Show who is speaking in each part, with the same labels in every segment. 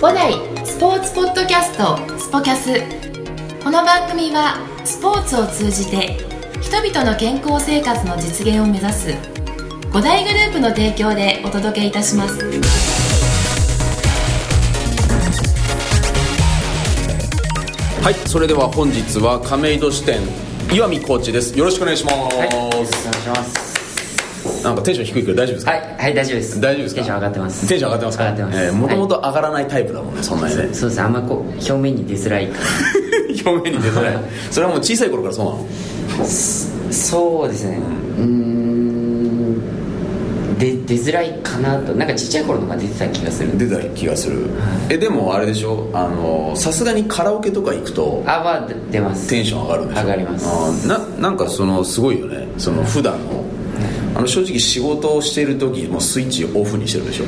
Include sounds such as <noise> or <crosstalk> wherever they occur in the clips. Speaker 1: 五代スポーツポッドキャストスポキャスこの番組はスポーツを通じて人々の健康生活の実現を目指す五大グループの提供でお届けいたします
Speaker 2: はい、それでは本日は亀戸支店岩見コーチです。よろしくお願いします。
Speaker 3: はい、よろしくお願いします。
Speaker 2: なんかテンション低いけど大丈夫ですか？
Speaker 3: はい、はい、大丈夫です。
Speaker 2: 大丈夫ですか？
Speaker 3: テンション上がってます。
Speaker 2: テンション上がってますか？
Speaker 3: 上がってます。
Speaker 2: えもともと上がらないタイプだもんね、そんなにね
Speaker 3: <laughs> はい。そうです。あんまこう、表面に出づらいか
Speaker 2: 表面に出づらい。 <laughs> それはもう小さい頃からそうなの。
Speaker 3: ら。そうですね。うーん。で、出づらいかなと、なんかちっちゃい頃のが出てた気がする。
Speaker 2: 出た気がする。え、でもあれでしょ？あのさすがにカラオケとか行くと
Speaker 3: あ、まあ、で出ます。
Speaker 2: テンション上がるんでしょ
Speaker 3: 上がります
Speaker 2: あーななんかそのすごいよねその普段の、あの正直仕事をしている時もうスイッチオフにしてるでしょ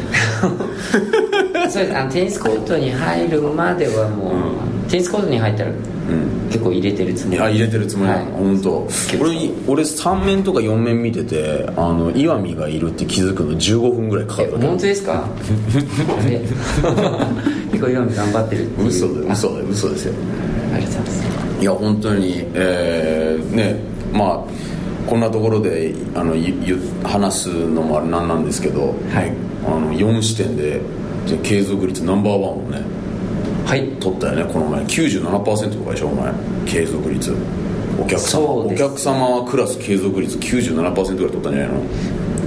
Speaker 3: そうです。あの、テニスコートに入るまではもう、テニスコートに入ったら、結構入れてるつも
Speaker 2: い
Speaker 3: り。
Speaker 2: や入れてるつもりなの、
Speaker 3: はい
Speaker 2: 本当
Speaker 3: 構
Speaker 2: 俺俺3面とか4面見ててあの岩見がいるって気づくの15分ぐらいかか
Speaker 3: え
Speaker 2: るわけ
Speaker 3: 本当ですかえ結構今頑張ってるっていう
Speaker 2: 嘘だよ嘘だよ嘘ですよ
Speaker 3: ありがとうございます
Speaker 2: いや本当にえー、ねまあこんなところであのゆゆ話すのもあれなんなんですけど、
Speaker 3: はい
Speaker 2: あの4視点でじゃあ継続率ナンバーワンをね
Speaker 3: はい
Speaker 2: 取ったよねこの前97%とかでしょお前継続率お客様
Speaker 3: そう
Speaker 2: お
Speaker 3: です
Speaker 2: 客様はクラス継続率97%ぐらい取ったんじゃないの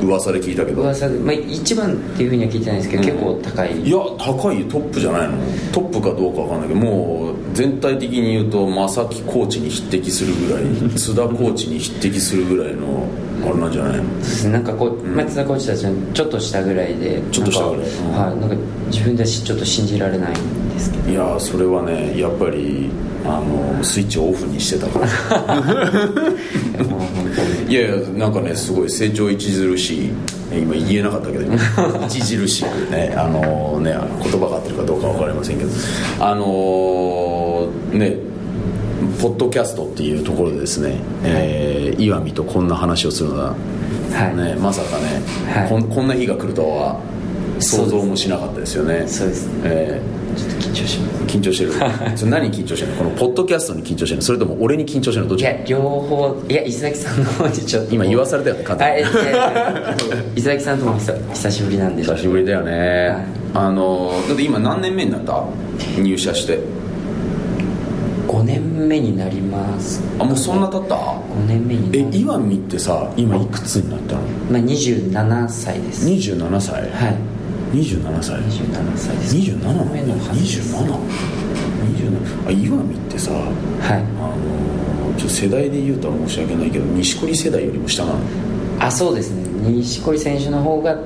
Speaker 2: 噂で聞いたけど
Speaker 3: 噂で、まあ、一番っていうふうには聞いてないんですけど、結構高い
Speaker 2: いや高いよトップじゃないのトップかどうかわかんないけどもう全体的に言うと正木コーチに匹敵するぐらい津田コーチに匹敵するぐらいのあれなんじゃないの
Speaker 3: なんかこう、まあ、津田コーチたちのちょっと下ぐらいで
Speaker 2: ちょっと下ぐらい
Speaker 3: なんか,、はい、なんか自分ではしちょっと信じられないんですけど
Speaker 2: いやそれはねやっぱりあのスイッチをオフにしてたから
Speaker 3: もう本当に
Speaker 2: いやいやなんかねすごい成長著しい今言えなかったけど今著しく
Speaker 3: <laughs>
Speaker 2: ねあのね言葉が合ってるかどうかわかりませんけどあのねポッドキャストっていうところでですね、えー岩見とこんな話をするのは、
Speaker 3: はい
Speaker 2: ね、まさかね、
Speaker 3: はい
Speaker 2: こんこんな日が来るとは想像もしなかったですよね
Speaker 3: そうですね
Speaker 2: え
Speaker 3: ちょっと緊張しま
Speaker 2: ー緊張して
Speaker 3: <laughs>
Speaker 2: るそれ何緊張してるのこのポッドキャストに緊張してるのそれとも俺に緊張してるのどっ
Speaker 3: すい
Speaker 2: ち
Speaker 3: や両方いや伊崎さんの方にちょっと
Speaker 2: 今言わされたよね完
Speaker 3: あえ
Speaker 2: 全
Speaker 3: い
Speaker 2: に
Speaker 3: やいや伊崎さんとも久久しぶりなんで
Speaker 2: 久しぶりだよね、
Speaker 3: はい
Speaker 2: あのだって今何年目になった入社して
Speaker 3: 5年目になります
Speaker 2: あもうそんな経った
Speaker 3: 5年目に
Speaker 2: え
Speaker 3: なり
Speaker 2: 岩見ってさ今いくつになったの
Speaker 3: まあ、27歳です
Speaker 2: 27歳、
Speaker 3: はい
Speaker 2: 27歳
Speaker 3: 27歳です
Speaker 2: 27なの
Speaker 3: 目の話ですは
Speaker 2: 27? 27あ岩見ってさ
Speaker 3: い
Speaker 2: あのーちょっと世代で言うとは申し訳ないけど錦織世代よりも下なの
Speaker 3: あそうですね錦織選手の方が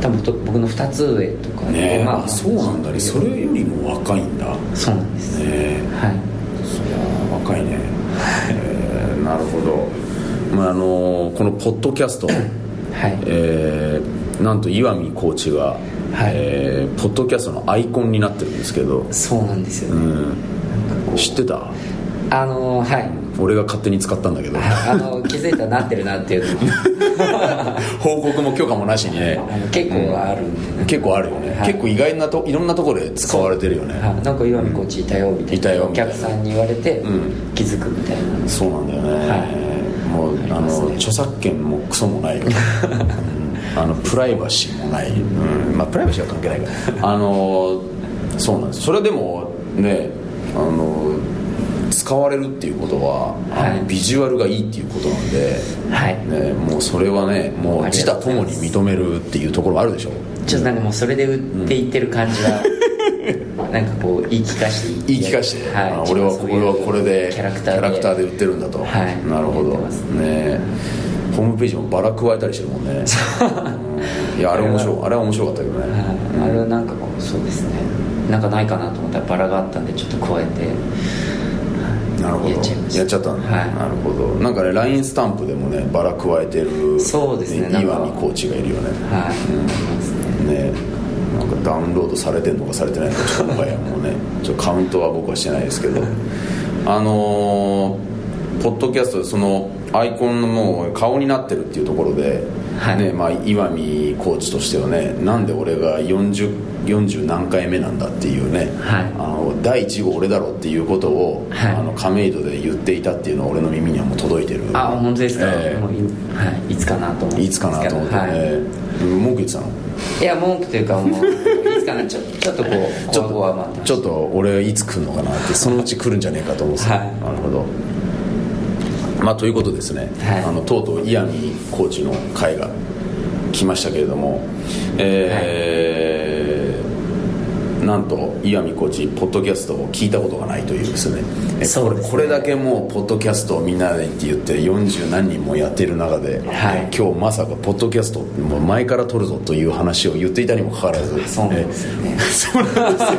Speaker 3: 多分と僕の2つ上とか
Speaker 2: ね
Speaker 3: で
Speaker 2: え、あ、そうなんだねそれよりも若いんだね
Speaker 3: そうなんです、
Speaker 2: え
Speaker 3: はい
Speaker 2: そりゃあ若いね、えー <laughs> なるほど、まああのーこのポッドキャ
Speaker 3: <coughs>
Speaker 2: スト
Speaker 3: はい
Speaker 2: えーなんと岩見コーチが、
Speaker 3: はい
Speaker 2: えーポッドキャストのアイコンになってるんですけど、
Speaker 3: そうなんですよ
Speaker 2: う
Speaker 3: ね、
Speaker 2: ん、
Speaker 3: なんかこ
Speaker 2: 知ってた
Speaker 3: うあのーはい
Speaker 2: 俺が勝手に使ったんだけど
Speaker 3: あの気づいたらなってるなっていう
Speaker 2: <laughs>
Speaker 3: のが
Speaker 2: 報告も許可もなしにね
Speaker 3: あの結構あるんで、ね
Speaker 2: 結構あるよね、
Speaker 3: はい
Speaker 2: 結構意外なといろんなところで使われてるよね
Speaker 3: はいなんか岩見コーチいたよみたいな、
Speaker 2: いたよ
Speaker 3: お
Speaker 2: みたいな
Speaker 3: 客さんに言われて、
Speaker 2: う
Speaker 3: 気づくみたいな
Speaker 2: そうなんだよね、
Speaker 3: はい
Speaker 2: もうあ
Speaker 3: あります
Speaker 2: の
Speaker 3: ね
Speaker 2: 著作権もクソもないよ、うんあのプライバシーもない、うんまあプライバシーは関係ないから <laughs> あのそうなんですそれでもねあの使われるっていうことは、あの
Speaker 3: はい
Speaker 2: ビジュアルがいいっていうことなんで、
Speaker 3: はい
Speaker 2: ね、もうそれはねもう
Speaker 3: あり
Speaker 2: 自
Speaker 3: が
Speaker 2: 他
Speaker 3: とうご
Speaker 2: と
Speaker 3: ざい
Speaker 2: も
Speaker 3: ます
Speaker 2: に認めるっていうところあるでしょ
Speaker 3: ちょっとなんかもうそれで売っていってる感じは、
Speaker 2: <laughs>
Speaker 3: なんかこう言い聞かして
Speaker 2: 言い聞かして、
Speaker 3: はい
Speaker 2: あ、俺は
Speaker 3: 自
Speaker 2: 俺
Speaker 3: 分そういう
Speaker 2: はこれで
Speaker 3: キャラクターで
Speaker 2: 売ってるんだと、
Speaker 3: はい
Speaker 2: なるほど
Speaker 3: やってます
Speaker 2: ねえホームページもバラ加えたりしてるもん
Speaker 3: <laughs>
Speaker 2: ねうんいやあれ面白いあれは面白かったけどね、
Speaker 3: はいあれはなんかこうそうですねなんかないかなと思ったらバラがあったんでちょっと加えて
Speaker 2: なるほど
Speaker 3: やっちゃいました
Speaker 2: やっちゃったんだ、
Speaker 3: はい
Speaker 2: なるほどなんかね LINE スタンプでもねバラ加えてる
Speaker 3: そうですね
Speaker 2: 岩見
Speaker 3: なんか
Speaker 2: コーチがいるよね
Speaker 3: はい、ありますね
Speaker 2: ねなんかダウンロードされてるのかされてないのかちょっともはやもうね <laughs> ちょっとカウントは僕はしてないですけどあのーポッドキャストでそのアイコンのもう顔になってるっていうところで
Speaker 3: はい
Speaker 2: ねまあ、岩見コーチとしてはねなんで俺が 40, 40何回目なんだっていうね、
Speaker 3: はい
Speaker 2: あの第1号俺だろっていうことを、
Speaker 3: はい
Speaker 2: あの亀戸で言っていたっていうのは俺の耳にはもう届いてる
Speaker 3: あ本当ですか、
Speaker 2: ええ
Speaker 3: もうい,、はい、いつかなと思って
Speaker 2: いつかなと思って、
Speaker 3: はい
Speaker 2: ええ文句言ってたの
Speaker 3: いや文句というか
Speaker 2: <laughs>
Speaker 3: もういつかなちょちょっとこう
Speaker 2: ちょっ
Speaker 3: こわごわ待
Speaker 2: と
Speaker 3: って
Speaker 2: ちょっと俺いつ来るのかなってそのうち来るんじゃねえかと思ってた、
Speaker 3: はい
Speaker 2: なるほどまあということですね、
Speaker 3: はい
Speaker 2: あのとうとう石見コーチの会が来ましたけれどもえーなんと石見コーチポッドキャストを聞いたことがないというですねえ
Speaker 3: そうですね
Speaker 2: これこれだけもうポッドキャストをみんなでって言って40何人もやってる中で、
Speaker 3: はい
Speaker 2: え今日まさかポッドキャストもう前から撮るぞという話を言っていたにもかかわらず
Speaker 3: そうなんですよね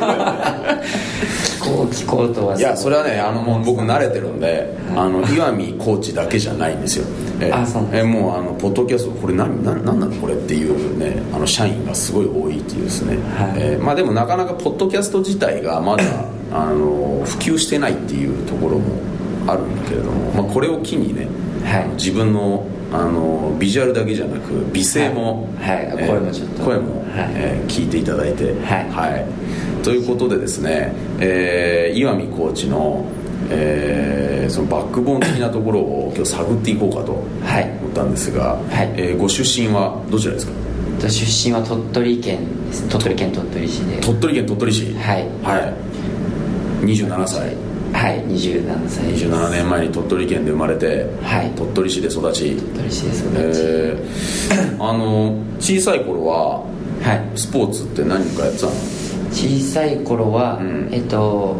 Speaker 3: そうなんですよ聞こう聞こうとはい
Speaker 2: やそれはねあのもう僕慣れてるんであの石見コーチだけじゃないんですよえ
Speaker 3: あそうなんで
Speaker 2: えもうあのポッドキャストこれ何何何なのこれっていうねあの社員がすごい多いっていうですね、
Speaker 3: はい
Speaker 2: えーまあでもなかなかポッドキャスト自体がまだあの普及してないっていうところもあるんだけれども、まあ、これを機にね、
Speaker 3: はい
Speaker 2: 自分のあのビジュアルだけじゃなく美声も、
Speaker 3: はいはい声もちょっと
Speaker 2: 声も、
Speaker 3: はい
Speaker 2: えー聞いていただいて
Speaker 3: はい
Speaker 2: はい、ということでですね、えー、岩見コーチの、えーそのバックボーン的なところを今日探っていこうかと
Speaker 3: はい
Speaker 2: 思ったんですが、
Speaker 3: はい
Speaker 2: えーご出身はどちらですか
Speaker 3: と出身は鳥取県です鳥取県鳥取市で
Speaker 2: 鳥取県鳥取市
Speaker 3: はい
Speaker 2: はい、27歳
Speaker 3: はい27歳です
Speaker 2: 27年前に鳥取県で生まれて、
Speaker 3: はい
Speaker 2: 鳥取市で育ち、
Speaker 3: 鳥取市です
Speaker 2: え
Speaker 3: 育ち、
Speaker 2: ーあの小さい頃は
Speaker 3: はい
Speaker 2: スポーツって何かやってたの
Speaker 3: 小さい頃は、
Speaker 2: うん
Speaker 3: えっと、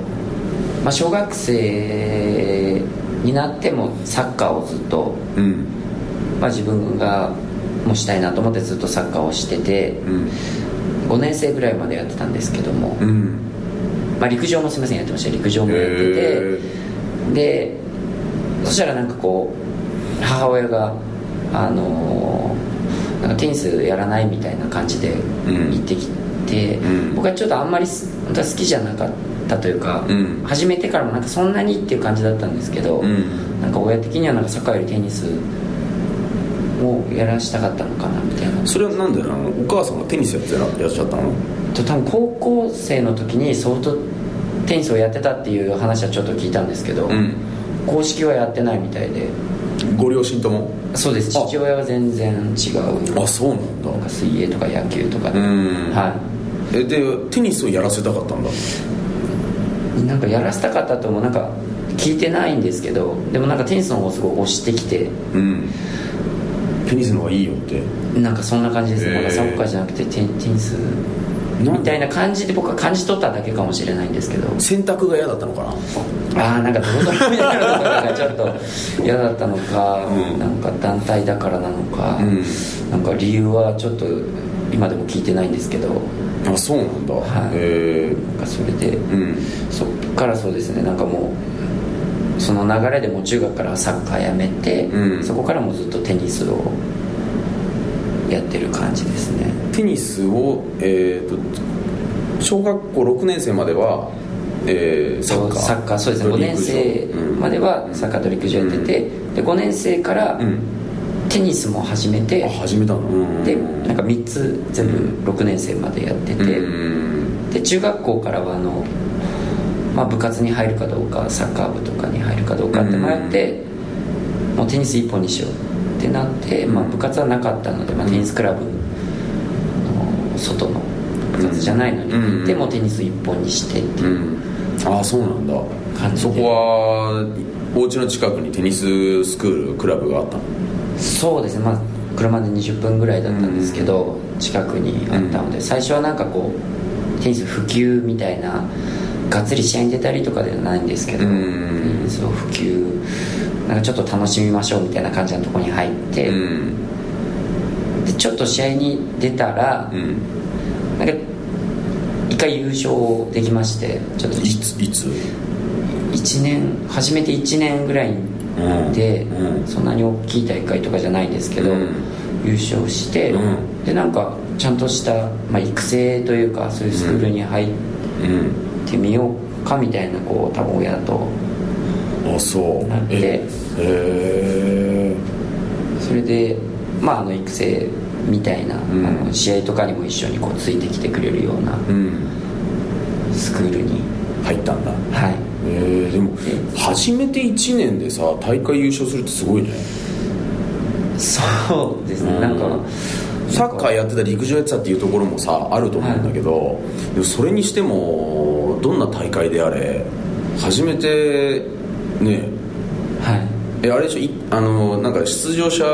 Speaker 3: まあ、小学生になってもサッカーをずっと、
Speaker 2: うん
Speaker 3: まあ、自分がもうしたいなと思ってずっとサッカーをしてて
Speaker 2: うん
Speaker 3: 5年生ぐらいまでやってたんですけども、
Speaker 2: うん
Speaker 3: まあ、陸上もすみませんやってました陸上もやって
Speaker 2: へ
Speaker 3: てでそしたらなんかこう母親があのーなんかテニスやらないみたいな感じで
Speaker 2: ん
Speaker 3: 行ってきて、
Speaker 2: うん
Speaker 3: 僕はちょっとあんまりす本当は好きじゃなかったというか、
Speaker 2: うん
Speaker 3: 始めてからもなんかそんなにっていう感じだったんですけど、
Speaker 2: うん
Speaker 3: なんか親的にはなんかサッカーよりテニスをやらしたかったのかなみたいな
Speaker 2: それはなんでなのお母さんがテニスやってらっしゃったの
Speaker 3: と多分高校生の時にソフトテニスをやってたっていう話はちょっと聞いたんですけど、
Speaker 2: うん
Speaker 3: 公式はやってないみたいで
Speaker 2: ご両親とも
Speaker 3: そうです
Speaker 2: あ
Speaker 3: 父親は全然違う
Speaker 2: あそうなんだ
Speaker 3: なんか水泳とか野球とかで、
Speaker 2: うん
Speaker 3: は
Speaker 2: えでテニスをやらせたかったんだ
Speaker 3: いなんかやらせたかったともなんか聞いてないんですけどでもなんかテニスの方をすごい押してきて
Speaker 2: うんテニスの方がいいよって
Speaker 3: なんかそんな感じです
Speaker 2: へー
Speaker 3: ね、なんかサッカーじゃなくてテニテニスみたいな感じで僕は感じ取っただけかもしれないんですけど
Speaker 2: 選択が嫌だったのかな
Speaker 3: ああなんかドロドロみたいなの
Speaker 2: <laughs>
Speaker 3: がちょっと嫌だったのか、
Speaker 2: うん
Speaker 3: なんか団体だからなのか、
Speaker 2: うん
Speaker 3: なんか理由はちょっと今でも聞いてないんですけどな
Speaker 2: あそうなんだ、
Speaker 3: はい
Speaker 2: え
Speaker 3: んかそれで、
Speaker 2: ーうん
Speaker 3: そっからそうですねなんかもうその流れでもう中学からサッカーやめて、
Speaker 2: うん
Speaker 3: そこからもうずっとテニスをやってる感じですね
Speaker 2: テニスをえっ、と小学校6年生までは、えーサッカー
Speaker 3: サッカーそうですね5年生まではサッカーと陸上やってて、で5年生から
Speaker 2: うん、
Speaker 3: テニスも始めて、
Speaker 2: あ始めたの、うん、
Speaker 3: でなんか3つ全部6年生までやって
Speaker 2: うん
Speaker 3: て、で中学校からはあの、まあ、部活に入るかどうかサッカー部とかに入るかどうかって迷って、もうテニス一本にしようってなって、まあ、部活はなかったので、まあ、テニスクラブの外の部活じゃないのに、
Speaker 2: うん
Speaker 3: でもうテニス一本にしてっていう、
Speaker 2: ああそうなんだ
Speaker 3: 感じ
Speaker 2: そ
Speaker 3: で
Speaker 2: こはお家の近くにテニススクールクラブがあったの
Speaker 3: そうですねまあ車で20分ぐらいだったんですけど、近くにあったので、最初はなんかこうテニス普及みたいながっつり試合に出たりとかではないんですけ
Speaker 2: う
Speaker 3: ど、
Speaker 2: ん
Speaker 3: テニスを普及なんかちょっと楽しみましょうみたいな感じのところに入って、
Speaker 2: うん
Speaker 3: でちょっと試合に出たら、
Speaker 2: うん
Speaker 3: なんか一回優勝できましてちょっと
Speaker 2: いついつ
Speaker 3: 1年初めて1年ぐらいで、
Speaker 2: うんうん
Speaker 3: そんなに大きい大会とかじゃないんですけど、
Speaker 2: うん
Speaker 3: 優勝して、
Speaker 2: うん
Speaker 3: でなんかちゃんとした、まあ、育成というかそういうスクールに入っ
Speaker 2: うん
Speaker 3: てみようかみたいなこう多分親と
Speaker 2: あそう
Speaker 3: なって
Speaker 2: えへえ
Speaker 3: それでまあ、あの育成みたいな、
Speaker 2: ん
Speaker 3: あの試合とかにも一緒にこうついてきてくれるような
Speaker 2: うん
Speaker 3: スクールに、
Speaker 2: 入ったんだ
Speaker 3: はい、
Speaker 2: えー、でも初めて1年でさ大会優勝するってすごいね
Speaker 3: そうですね、
Speaker 2: うん
Speaker 3: なんか
Speaker 2: サッカーやってたり陸上やってたっていうところもさあると思うんだけど、でもそれにしてもどんな大会であれ初めてね
Speaker 3: は、
Speaker 2: えあれでしょいあのなんか出場者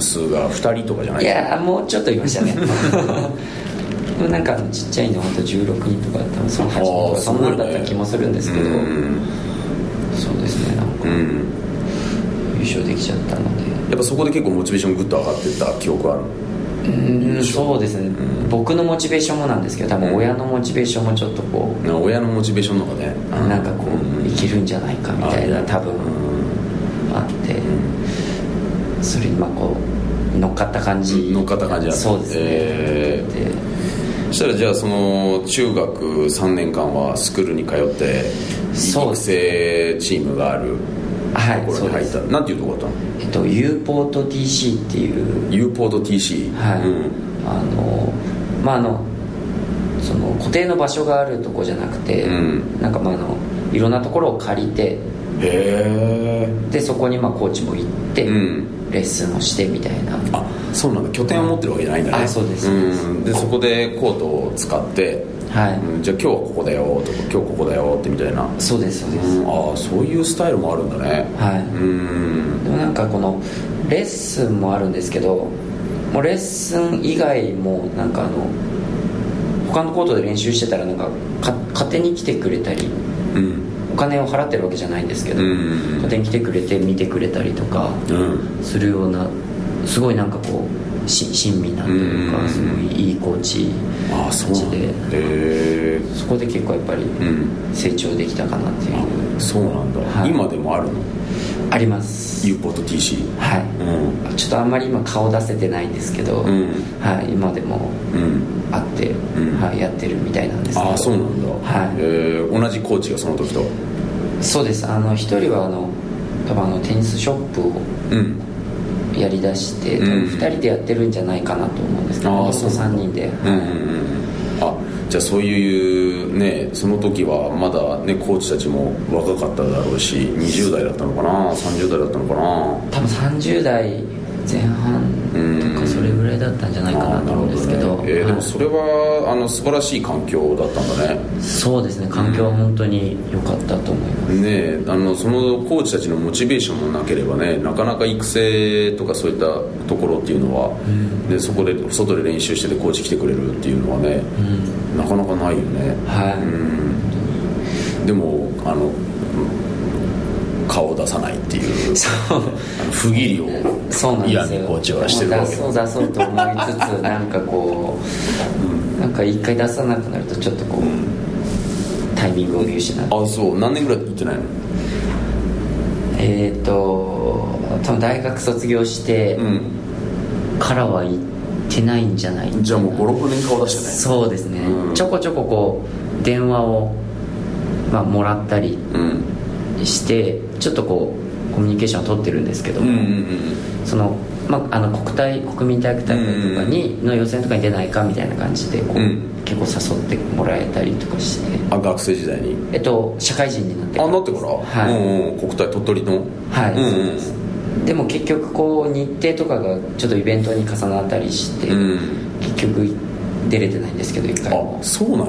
Speaker 2: 数が2人とかじゃないい
Speaker 3: いやーもうちょっといましたね <laughs> でもなんかあのちっちゃいの本当16人とか多分その8人と
Speaker 2: あー
Speaker 3: か
Speaker 2: す
Speaker 3: そ
Speaker 2: ごい
Speaker 3: ん
Speaker 2: ね
Speaker 3: なんだった気もするんですけど
Speaker 2: うん
Speaker 3: そうですねなんか
Speaker 2: う
Speaker 3: 優
Speaker 2: ん
Speaker 3: 勝できちゃったので
Speaker 2: やっぱそこで結構モチベーショングッと上がってた記憶ある
Speaker 3: うんそうですね、僕のモチベーションもなんですけど多分親のモチベーションもちょっとこう、
Speaker 2: な親のモチベーションの方がね
Speaker 3: なんかこういけるんじゃないかみたいな多分あってそれにまあこう乗っかった感じ
Speaker 2: 乗っかった感じだった
Speaker 3: そうですね、
Speaker 2: えーそしたらじゃあその中学3年間はスクールに通って
Speaker 3: そう
Speaker 2: 育成チームがある
Speaker 3: ではい
Speaker 2: とこ
Speaker 3: そ
Speaker 2: ろ
Speaker 3: う
Speaker 2: に
Speaker 3: で
Speaker 2: 入っ
Speaker 3: す
Speaker 2: た、なんていうとこだったの
Speaker 3: えっと U ポート TC っていう、
Speaker 2: U ポート TC
Speaker 3: は
Speaker 2: う
Speaker 3: い
Speaker 2: ん
Speaker 3: あのまああのその固定の場所があるとこじゃなくて、
Speaker 2: うん
Speaker 3: なんかまああのいろんなところを借りて
Speaker 2: へ
Speaker 3: でそこにまあコーチも行って、
Speaker 2: えうん
Speaker 3: レッスンをしてみたいな
Speaker 2: あそうなんだ拠点を持ってるわけじゃないんだね
Speaker 3: あそうです
Speaker 2: んでそこでコートを使って
Speaker 3: はい、
Speaker 2: うんじゃあ今日はここだよとか今日ここだよってみたいな
Speaker 3: そうですそうです、
Speaker 2: うんああそういうスタイルもあるんだね
Speaker 3: はい、
Speaker 2: うん
Speaker 3: でもなんかこのレッスンもあるんですけどもうレッスン以外もなんかあの他のコートで練習してたらなんかか勝手に来てくれたり
Speaker 2: うん
Speaker 3: お金を払ってるわけじゃないんですけど、
Speaker 2: うん
Speaker 3: 勝手に来てくれて見てくれたりとか
Speaker 2: うん
Speaker 3: するようなすごいなんかこうし親身なという
Speaker 2: う
Speaker 3: か
Speaker 2: ん
Speaker 3: すごいいいコーチ
Speaker 2: ああそうなんだ
Speaker 3: で
Speaker 2: へえ
Speaker 3: そこで結構やっぱり
Speaker 2: うん
Speaker 3: 成長できたかなっていう
Speaker 2: あそうなんだ、
Speaker 3: はい
Speaker 2: 今でもあるの
Speaker 3: あります
Speaker 2: U ポート TC
Speaker 3: はい、
Speaker 2: うん
Speaker 3: ちょっとあんまり今顔出せてないんですけど、
Speaker 2: うん
Speaker 3: はい、今でも
Speaker 2: うん
Speaker 3: あって、
Speaker 2: ん
Speaker 3: はい、やってるみたいなんですけど
Speaker 2: ああそうなんだ、
Speaker 3: はい
Speaker 2: えー同じコーチがその時と
Speaker 3: そうですあの一人はあの多分あのテニスショップ
Speaker 2: うん
Speaker 3: をやりだして、
Speaker 2: うん
Speaker 3: 多分2人でやってるんじゃないかなと思うんですけど
Speaker 2: あー
Speaker 3: 僕
Speaker 2: そ
Speaker 3: と
Speaker 2: うな
Speaker 3: 3
Speaker 2: んだ
Speaker 3: 人で、
Speaker 2: うんうんうんあじゃあそういうねその時はまだねコーチたちも若かっただろうし20代だったのかな30代だったのかな
Speaker 3: 多分30代前半と
Speaker 2: うん
Speaker 3: かそれぐらいだったんじゃないかなと思うんですけど
Speaker 2: あーなるほねえーで
Speaker 3: は
Speaker 2: も
Speaker 3: い
Speaker 2: それはあの素晴らしい環境だったんだね
Speaker 3: そうですね環境は本当に良かったと思います、
Speaker 2: ねえあのそのコーチたちのモチベーションもなければねなかなか育成とかそういったところっていうのは、でそこで外で練習しててコーチ来てくれるっていうのはね、なかなかないよね、
Speaker 3: はい、
Speaker 2: でもあのうん顔を出さないっていう
Speaker 3: そう
Speaker 2: あの不義理を
Speaker 3: そうなんですよ
Speaker 2: 嫌にコーチはしてるわけ
Speaker 3: 出そう出そうと思いつ
Speaker 2: <laughs>
Speaker 3: つなんかこうなんか一回出さなくなるとちょっとこう、タイミングを見失う
Speaker 2: あそう何年ぐらい行ってないの
Speaker 3: えっ、ー、と多分大学卒業して
Speaker 2: うん
Speaker 3: からは行ってないんじゃない
Speaker 2: じゃあもう56年顔出してない
Speaker 3: そうですね、
Speaker 2: うん
Speaker 3: ちょこちょここう電話を、まあ、もらったり
Speaker 2: うん
Speaker 3: してちょっとこうコミュニケーションを取ってるんですけど
Speaker 2: うんうん
Speaker 3: も、
Speaker 2: うん
Speaker 3: その,、まあ、あの国体国民体育大会とかにの予選とかに出ないかみたいな感じでこう、
Speaker 2: うん
Speaker 3: 結構誘ってもらえたりとかして
Speaker 2: あ学生時代に
Speaker 3: えっと社会人になって
Speaker 2: あなっ
Speaker 3: で
Speaker 2: てから、
Speaker 3: はい
Speaker 2: うんうん、国体鳥取の
Speaker 3: はい
Speaker 2: うん
Speaker 3: そう
Speaker 2: うん
Speaker 3: ですも結局こう日程とかがちょっとイベントに重なったりして、
Speaker 2: うん
Speaker 3: 結局出れてないんですけど一回も
Speaker 2: あそうなの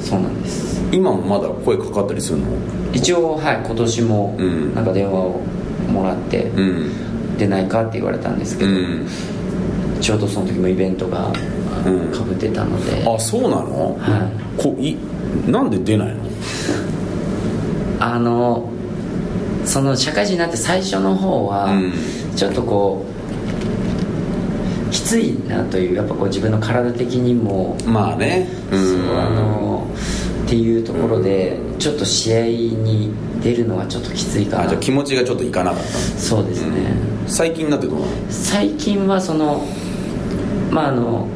Speaker 3: そうなんです
Speaker 2: 今もまだ声かかったりするの
Speaker 3: 一応はい今年も
Speaker 2: うん
Speaker 3: なんか電話をもらって、
Speaker 2: うん
Speaker 3: 出ないかって言われたんですけ
Speaker 2: う
Speaker 3: ど、
Speaker 2: ん
Speaker 3: ちょうどその時もイベントが
Speaker 2: うん
Speaker 3: かぶってたので、
Speaker 2: あそうなの、
Speaker 3: はい
Speaker 2: こいなんで出ないの
Speaker 3: あのその社会人になって最初の方は、
Speaker 2: うん
Speaker 3: ちょっとこうきついなというやっぱこう自分の体的にも、
Speaker 2: まあねう
Speaker 3: そうあ
Speaker 2: ん
Speaker 3: のっていうところで、ちょっと試合に出るのはちょっときついか
Speaker 2: あ
Speaker 3: な
Speaker 2: じゃあ気持ちがちょっといかなかった
Speaker 3: そうですね、
Speaker 2: 最近になってどうなの
Speaker 3: 最近はそのまああの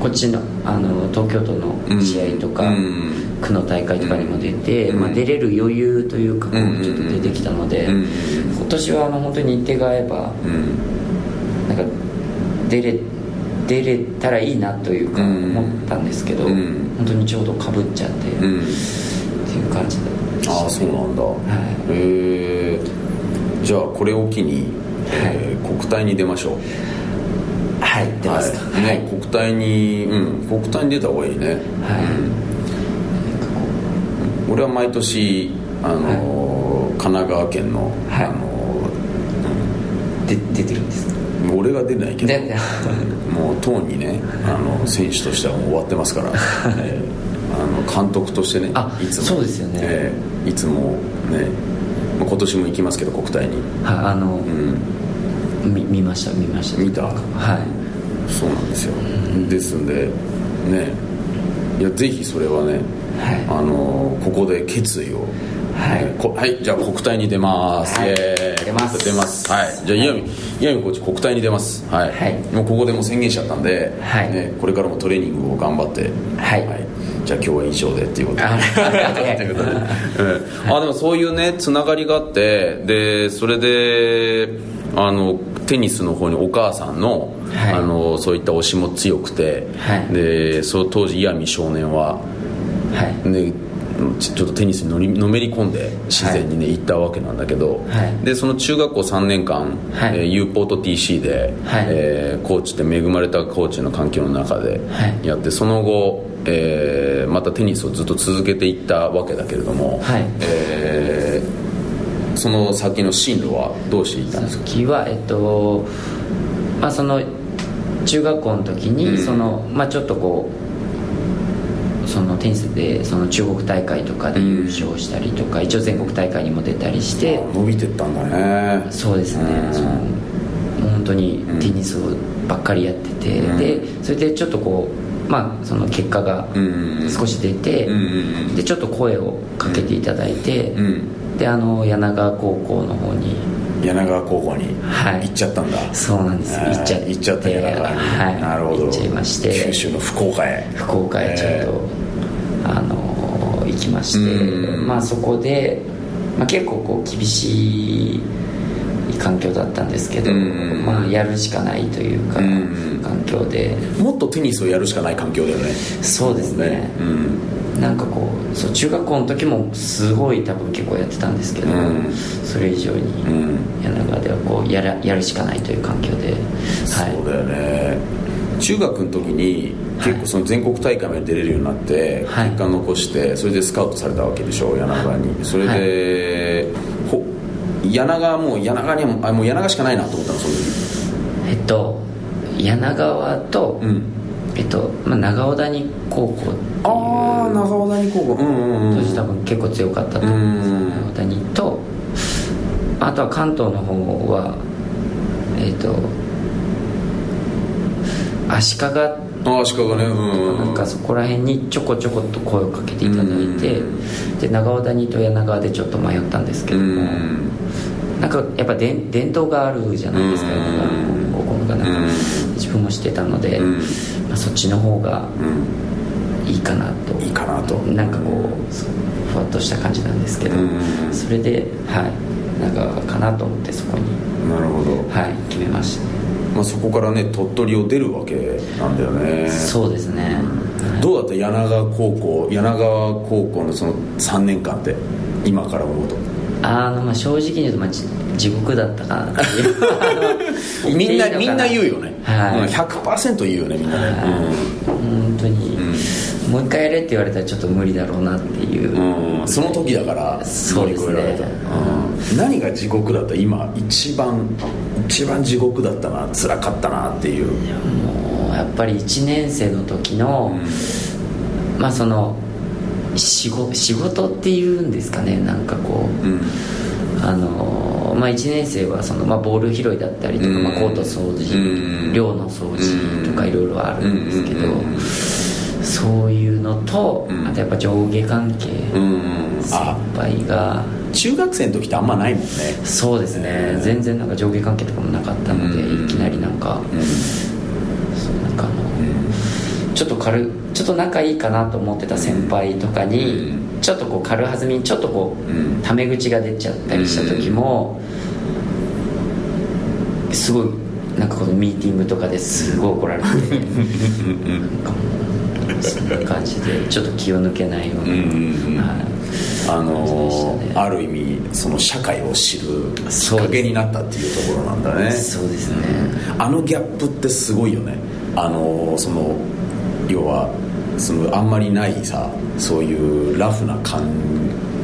Speaker 3: こっちのあの東京都の試合とか、
Speaker 2: うん
Speaker 3: 区の大会とかにも出て、
Speaker 2: うん
Speaker 3: まあ、出れる余裕というか、
Speaker 2: うん
Speaker 3: ちょっと出てきたので、
Speaker 2: うん
Speaker 3: 今年はあの本当に日程が合えば
Speaker 2: うん
Speaker 3: なんか出れ出れたらいいなというか
Speaker 2: うん
Speaker 3: 思ったんですけど、
Speaker 2: うん
Speaker 3: 本当にちょうどかぶっちゃって、
Speaker 2: う
Speaker 3: っ
Speaker 2: ん
Speaker 3: ていう感じで
Speaker 2: ああそうなんだ、へえじゃあこれを機に、えー国体に出ましょう
Speaker 3: はい出ますか
Speaker 2: はいね、国体にうん国体に出た方がいいね
Speaker 3: はい、
Speaker 2: 俺は毎年あのー、神奈川県の、
Speaker 3: はい
Speaker 2: あの
Speaker 3: で出てるんですか
Speaker 2: ー俺が出ないけど
Speaker 3: 出てない
Speaker 2: もうとうにねあの選手としてはもう終わって
Speaker 3: <laughs>
Speaker 2: ますから、えーあの監督としてね
Speaker 3: あ
Speaker 2: いつも
Speaker 3: そうですよね
Speaker 2: えーいつもね、まあ、今年も行きますけど国体に
Speaker 3: はいあの、
Speaker 2: うん
Speaker 3: み見ました見ました
Speaker 2: 見た
Speaker 3: はい
Speaker 2: そうなんですよ、ですんでねいやぜひそれはね、
Speaker 3: はい
Speaker 2: あのーここで決意を
Speaker 3: はい
Speaker 2: ねこはい、じゃあ国体に出ます、
Speaker 3: はい
Speaker 2: イエーイ
Speaker 3: 出ます
Speaker 2: 出ますはいじゃあ岩見岩見コーチ国体に出ますはい、
Speaker 3: はい
Speaker 2: もうここでもう宣言しちゃったんで、
Speaker 3: はい
Speaker 2: ね、これからもトレーニングを頑張って
Speaker 3: はい
Speaker 2: じゃあ今日は以上でっていうことで
Speaker 3: あ
Speaker 2: <laughs>
Speaker 3: はい
Speaker 2: ということで、うん、あでもそういうねつながりがあってでそれであのテニスの方にお母さんの,、
Speaker 3: はい
Speaker 2: あのそういった推しも強くて、
Speaker 3: はい
Speaker 2: でそう当時石見少年は、
Speaker 3: はい
Speaker 2: ね、ちちょっとテニスにのりのめり込んで自然にね、行ったわけなんだけど、
Speaker 3: はい
Speaker 2: でその中学校3年間、
Speaker 3: はい
Speaker 2: えー U ポート TC で、
Speaker 3: はい
Speaker 2: えーコーチって恵まれたコーチの環境の中で
Speaker 3: はい
Speaker 2: やって、その後、えーまたテニスをずっと続けていったわけだけれども、
Speaker 3: はい
Speaker 2: えーその先の進路はどうしていったんですか
Speaker 3: 時はえっとまあその中学校の時に、
Speaker 2: うん
Speaker 3: そのまあちょっとこうそのテニスでその中国大会とかで優勝したりとか、一応全国大会にも出たりして、
Speaker 2: 伸びてったんだね
Speaker 3: そうですね、
Speaker 2: うん
Speaker 3: その本当にテニスをばっかりやってて、
Speaker 2: うん
Speaker 3: でそれでちょっとこうまあその結果が
Speaker 2: うん
Speaker 3: 少し出て、
Speaker 2: うんうん
Speaker 3: でちょっと声をかけていただいて、
Speaker 2: うんうん
Speaker 3: であの柳川高校の方に
Speaker 2: 柳川高校に
Speaker 3: はい
Speaker 2: 行っちゃったんだ、
Speaker 3: そうなんです行っちゃっ
Speaker 2: え
Speaker 3: て
Speaker 2: ー行っちゃったねだから
Speaker 3: はい、
Speaker 2: なるほど
Speaker 3: 行っちゃいまして
Speaker 2: 九州の福岡へ
Speaker 3: 福岡へちょっと、
Speaker 2: え
Speaker 3: あのー行きまして、
Speaker 2: うん
Speaker 3: まあ、そこで、まあ、結構こう厳しい環境だったんですけど、
Speaker 2: うん
Speaker 3: まあ、やるしかないというか、
Speaker 2: うん
Speaker 3: 環境で
Speaker 2: もっとテニスをやるしかない環境だよね
Speaker 3: そうですね
Speaker 2: うん
Speaker 3: なんかこうそう中学校の時もすごい多分結構やってたんですけ
Speaker 2: う
Speaker 3: ど、
Speaker 2: ん
Speaker 3: それ以上
Speaker 2: う
Speaker 3: に
Speaker 2: ん
Speaker 3: 柳川ではこうやらやるしかないという環境で、
Speaker 2: そうだよね中学の時に結構その全国大会まで出れるようになって
Speaker 3: はい
Speaker 2: 結果残してそれでスカウトされたわけでしょ柳川にそれでほ柳川もう柳川にはもうあもう柳川しかないなと思ったのその時
Speaker 3: えっと柳川と、
Speaker 2: うん
Speaker 3: えっとまあ、長尾谷高校っていう
Speaker 2: ああ長尾谷高校うんうんう
Speaker 3: 当
Speaker 2: ん
Speaker 3: 時多分結構強かったと思うんですよ
Speaker 2: うん
Speaker 3: 長尾谷とあとは関東の方はえっと足利
Speaker 2: ああ鹿がねうん
Speaker 3: なんかそこら辺にちょこちょこっと声をかけていただいて、
Speaker 2: う
Speaker 3: で長尾谷と柳川でちょっと迷ったんですけ
Speaker 2: う
Speaker 3: ども、
Speaker 2: ん
Speaker 3: なんかやっぱ伝伝統があるじゃないですか、
Speaker 2: うん
Speaker 3: 柳川の高校の方が
Speaker 2: うん
Speaker 3: 自分もしてたので、
Speaker 2: うん
Speaker 3: まあ、そっちの方が
Speaker 2: うん
Speaker 3: いいかなと
Speaker 2: いいかなと
Speaker 3: なんかこうそうふわっとした感じなんですけど、
Speaker 2: うん
Speaker 3: それではいなんかかなと思ってそこに
Speaker 2: なるほど、
Speaker 3: はい決めました、
Speaker 2: まあ、そこからね鳥取を出るわけなんだよね
Speaker 3: そうですね、
Speaker 2: どうだった柳川高校柳川高校のその3年間って今から思うと
Speaker 3: あのまあ正直に言うと、まあ、じ地獄だったかなっていうあの言っ
Speaker 2: <laughs>
Speaker 3: て
Speaker 2: み
Speaker 3: い
Speaker 2: ん
Speaker 3: いの
Speaker 2: な
Speaker 3: か
Speaker 2: みんな言うよね、
Speaker 3: はい
Speaker 2: うん100%言うよねみんなね、
Speaker 3: 本当に、もう一回やれって言われたらちょっと無理だろうなっていう、
Speaker 2: うんうんその時だから
Speaker 3: そうで
Speaker 2: 乗
Speaker 3: すね
Speaker 2: り越えられたうん何が地獄だった今一番一番地獄だったな辛かったなっていう
Speaker 3: もうやっぱり1年生の時の、まあその仕事仕事っていうんですかねなんかこう、
Speaker 2: うん
Speaker 3: あのーまあ、1年生はその、まあ、ボール拾いだったりとか、
Speaker 2: うん
Speaker 3: まあ、コート掃除、
Speaker 2: うん
Speaker 3: 寮の掃除とか
Speaker 2: うん
Speaker 3: いろいろあるんですけど、
Speaker 2: うん
Speaker 3: そういうのと、
Speaker 2: うん
Speaker 3: あとやっぱ上下関係、
Speaker 2: うん
Speaker 3: 先
Speaker 2: あ
Speaker 3: 輩が
Speaker 2: 中学生の時ってあんまないもんね
Speaker 3: そうですね、全然なんか上下関係とかもなかったので、
Speaker 2: うん
Speaker 3: いきなりなんか、そうなんかあのちょっと軽ちょっと仲いいかなと思ってた先輩とかに、
Speaker 2: う
Speaker 3: ちょっとこう軽はずみにちょっとこう、
Speaker 2: うん
Speaker 3: タメ口が出ちゃったりした時も、すごいなんかこのミーティングとかですごい怒られてそんな感じでちょっと気を抜けないような、
Speaker 2: うんうんうん
Speaker 3: はい
Speaker 2: あ
Speaker 3: そうでした
Speaker 2: の
Speaker 3: ね
Speaker 2: ーある意味その社会を知るきっかけになったっていうところなんだね
Speaker 3: そうですね
Speaker 2: あのギャップってすごいよねあのその要はそのあんまりないさそういうラフな環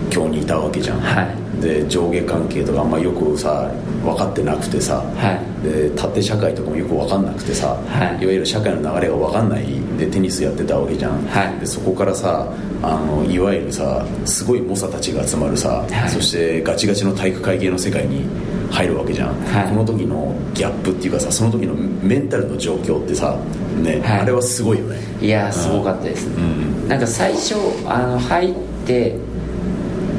Speaker 2: 境にいたわけじゃん、
Speaker 3: はい
Speaker 2: で上下関係とかあんまよくさ分かってなくてさ、
Speaker 3: はい
Speaker 2: で縦社会とかもよく分かんなくてさ、
Speaker 3: はい
Speaker 2: わゆる社会の流れが分かんないでテニスやってたわけじゃん、
Speaker 3: はい
Speaker 2: でそこからさあのいわゆるさすごい猛者たちが集まるさ、
Speaker 3: はい
Speaker 2: そしてガチガチの体育会系の世界に入るわけじゃん、
Speaker 3: はい
Speaker 2: この時のギャップっていうかさその時のメンタルの状況ってさ、ね
Speaker 3: はい
Speaker 2: あれはすごいよね
Speaker 3: いやーすごかったですね、
Speaker 2: うん
Speaker 3: なんか最初あの入って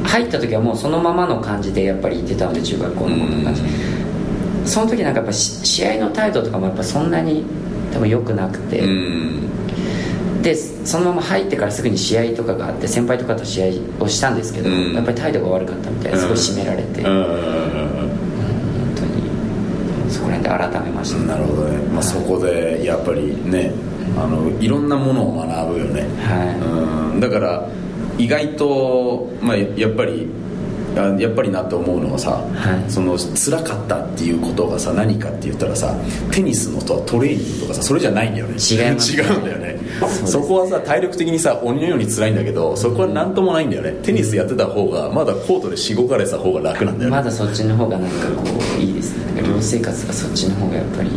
Speaker 3: 入った時はもうそのままの感じでやっぱり行ってたので中学校のこの感じ、その時なんかやっぱし試合の態度とかもやっぱそんなに多分良くなくて、
Speaker 2: うん
Speaker 3: でそのまま入ってからすぐに試合とかがあって先輩とかと試合をしたんですけど、
Speaker 2: うん
Speaker 3: やっぱり態度が悪かったみたいですごい締められて、
Speaker 2: う
Speaker 3: 本
Speaker 2: ん
Speaker 3: 当にそこら辺で改めました、
Speaker 2: なるほどね、まあ、そこでやっぱりねあのいろんなものを学ぶよね、
Speaker 3: は
Speaker 2: うんだから意外と、まあ、やっぱりあやっぱりなって思うのはさ、
Speaker 3: はい
Speaker 2: その辛かったっていうことがさ何かって言ったらさテニスのとはトレーニングとかさそれじゃないんだよね
Speaker 3: 違いますね
Speaker 2: 違うんだよね
Speaker 3: そうです
Speaker 2: そこはさ体力的にさ鬼のように辛いんだけどそこは何ともないんだよねテニスやってた方がまだコートでしごかれてた方が楽なんだ
Speaker 3: い、
Speaker 2: よね、
Speaker 3: まだそっちの方がなんかこういいですねなんか寮生活がそっちの方がやっぱり、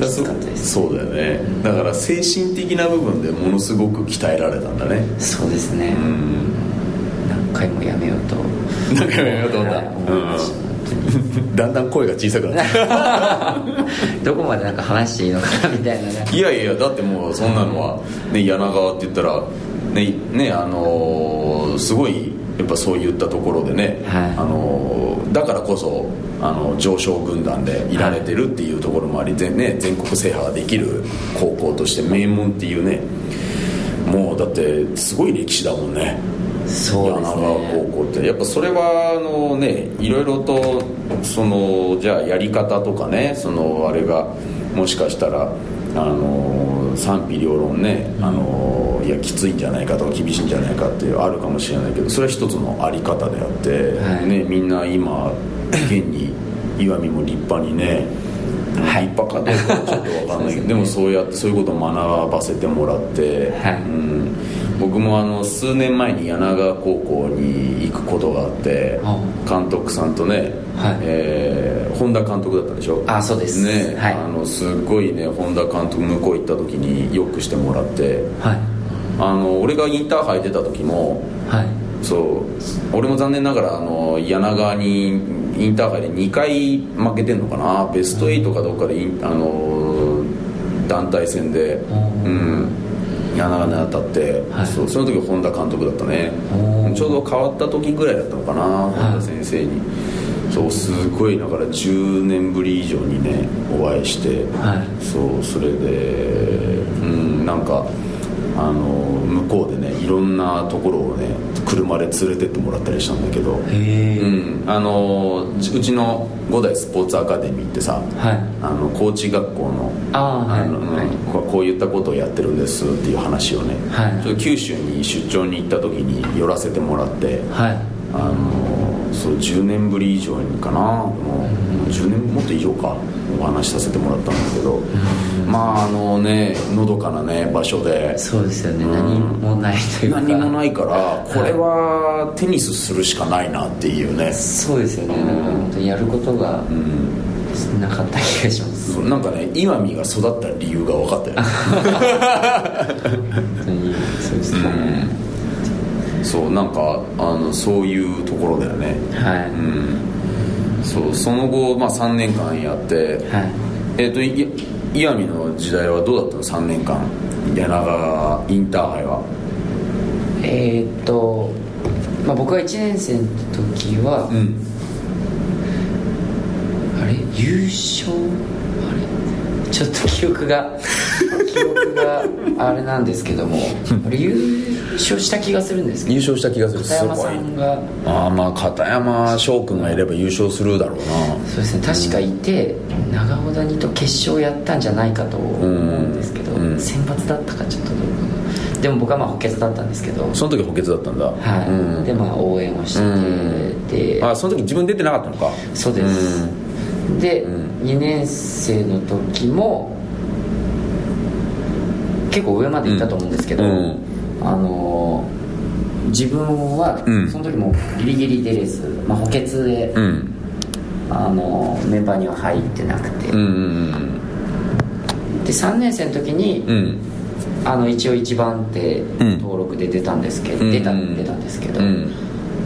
Speaker 2: だ
Speaker 3: きつかったです
Speaker 2: そうだよねだから精神的な部分でものすごく鍛えられたんだね
Speaker 3: そうですね、
Speaker 2: うん
Speaker 3: 何回もやめようと
Speaker 2: 何回もやめようと思った
Speaker 3: はい思いました
Speaker 2: だんだん声が小さくなって
Speaker 3: どこまでなんか話していいのかなみたいなね
Speaker 2: いやいやだってもうそんなのは、ね、柳川って言ったらねねあのーすごいやっぱそういったところでね、
Speaker 3: はい
Speaker 2: あのーだからこそあの上昇軍団でいられてるっていうところもあり、全ね、全国制覇ができる高校として名門っていうねもうだってすごい歴史だもんね
Speaker 3: そうです
Speaker 2: 柳川
Speaker 3: ね
Speaker 2: 高校ってやっぱそれはあのねいろいろとそのじゃあやり方とかねそのあれがもしかしたらあの賛否両論ねあのいやきついんじゃないかとか厳しいんじゃないかっていうあるかもしれないけどそれは一つのあり方であって、
Speaker 3: はい
Speaker 2: ね、みんな今現に石見も立派にね
Speaker 3: はい
Speaker 2: 立派かどうかはちょっと分かんないけどでもそうやってそういうことを学ばせてもらって、
Speaker 3: はい
Speaker 2: うん、僕もあの数年前に柳川高校に行くことがあって
Speaker 3: あ
Speaker 2: 監督さんとね、
Speaker 3: はい
Speaker 2: えー本田監督だったでしょ
Speaker 3: あそうです
Speaker 2: ね、
Speaker 3: はい
Speaker 2: あのすっごいね本田監督向こう行った時によくしてもらって
Speaker 3: はい
Speaker 2: あの俺がインターハイ出た時も
Speaker 3: はい
Speaker 2: そう俺も残念ながらあの柳川にインターハイで2回負けてんのかなベスト8かどっかでインあの団体戦で、
Speaker 3: おー
Speaker 2: うん、柳川に当たって、
Speaker 3: はい
Speaker 2: そうその時本田監督だったね
Speaker 3: おー
Speaker 2: ちょうど変わった時ぐらいだったのかな本田先生に、そうすごいだから10年ぶり以上にねお会いして、
Speaker 3: はい
Speaker 2: そうそれでうんなんかあの向こうでねいろんなところをね車で連れてってもらったりしたんだけど、
Speaker 3: へえ、
Speaker 2: うん、あのうちの五代スポーツアカデミーってさ
Speaker 3: はい
Speaker 2: あの高知学校の
Speaker 3: あーはい
Speaker 2: あのうん
Speaker 3: はい
Speaker 2: ここういったことをやってるんですっていう話をね、
Speaker 3: はい
Speaker 2: ちょっと九州に出張に行った時に寄らせてもらって
Speaker 3: はい
Speaker 2: あのそう10年ぶり以上にかなもう10年もっと以上かお話しさせてもらったんだけど、まああのねのどかなね場所で
Speaker 3: そうですよね、
Speaker 2: うん
Speaker 3: 何もないというか
Speaker 2: 何もないからこれはテニスするしかないなっていうね、
Speaker 3: そうですよね、なんか本当にやることがなかった気がします、
Speaker 2: そうなんかね岩見が育った理由が分かったよね
Speaker 3: 本当にそうですね、
Speaker 2: そうなんかあのそういうところだよね
Speaker 3: はい、
Speaker 2: うんそうその後、まあ、3年間やって、
Speaker 3: は
Speaker 2: えっ、といい石見の時代はどうだったの3年間柳川インターハイはい
Speaker 3: えー、っと、まあ、僕が1年生の時は、
Speaker 2: ん
Speaker 3: あれ優勝あれちょっと記憶が記記憶があれなんですけども俺優勝した気がするんですけ
Speaker 2: 優
Speaker 3: ど
Speaker 2: 勝した気がする
Speaker 3: 片山さんが
Speaker 2: ああまあ片山翔君がいれば優勝するだろうな
Speaker 3: そうですね確かいて長尾谷と決勝やったんじゃないかと思うんですけど、
Speaker 2: うんうん
Speaker 3: 選抜だったかちょっとどうかなでも僕はまあ補欠だったんですけど
Speaker 2: その時補欠だったんだ
Speaker 3: はい、
Speaker 2: うん
Speaker 3: でまあ応援をしてて、
Speaker 2: うん
Speaker 3: で
Speaker 2: あその時自分出てなかったのか
Speaker 3: そうです、で、2年生の時も結構上まで行ったと思うんですけど、
Speaker 2: うん
Speaker 3: あのー自分は、
Speaker 2: うん
Speaker 3: その時もギリギリ出れず、まあ、補欠で、
Speaker 2: うんうん
Speaker 3: あのーメンバーには入ってなくて、
Speaker 2: うんうん
Speaker 3: で3年生の時に、
Speaker 2: うんうん
Speaker 3: あの一応一番手
Speaker 2: ん
Speaker 3: 登録で出たんですけど、
Speaker 2: うん
Speaker 3: 出た出たんですけど、
Speaker 2: うん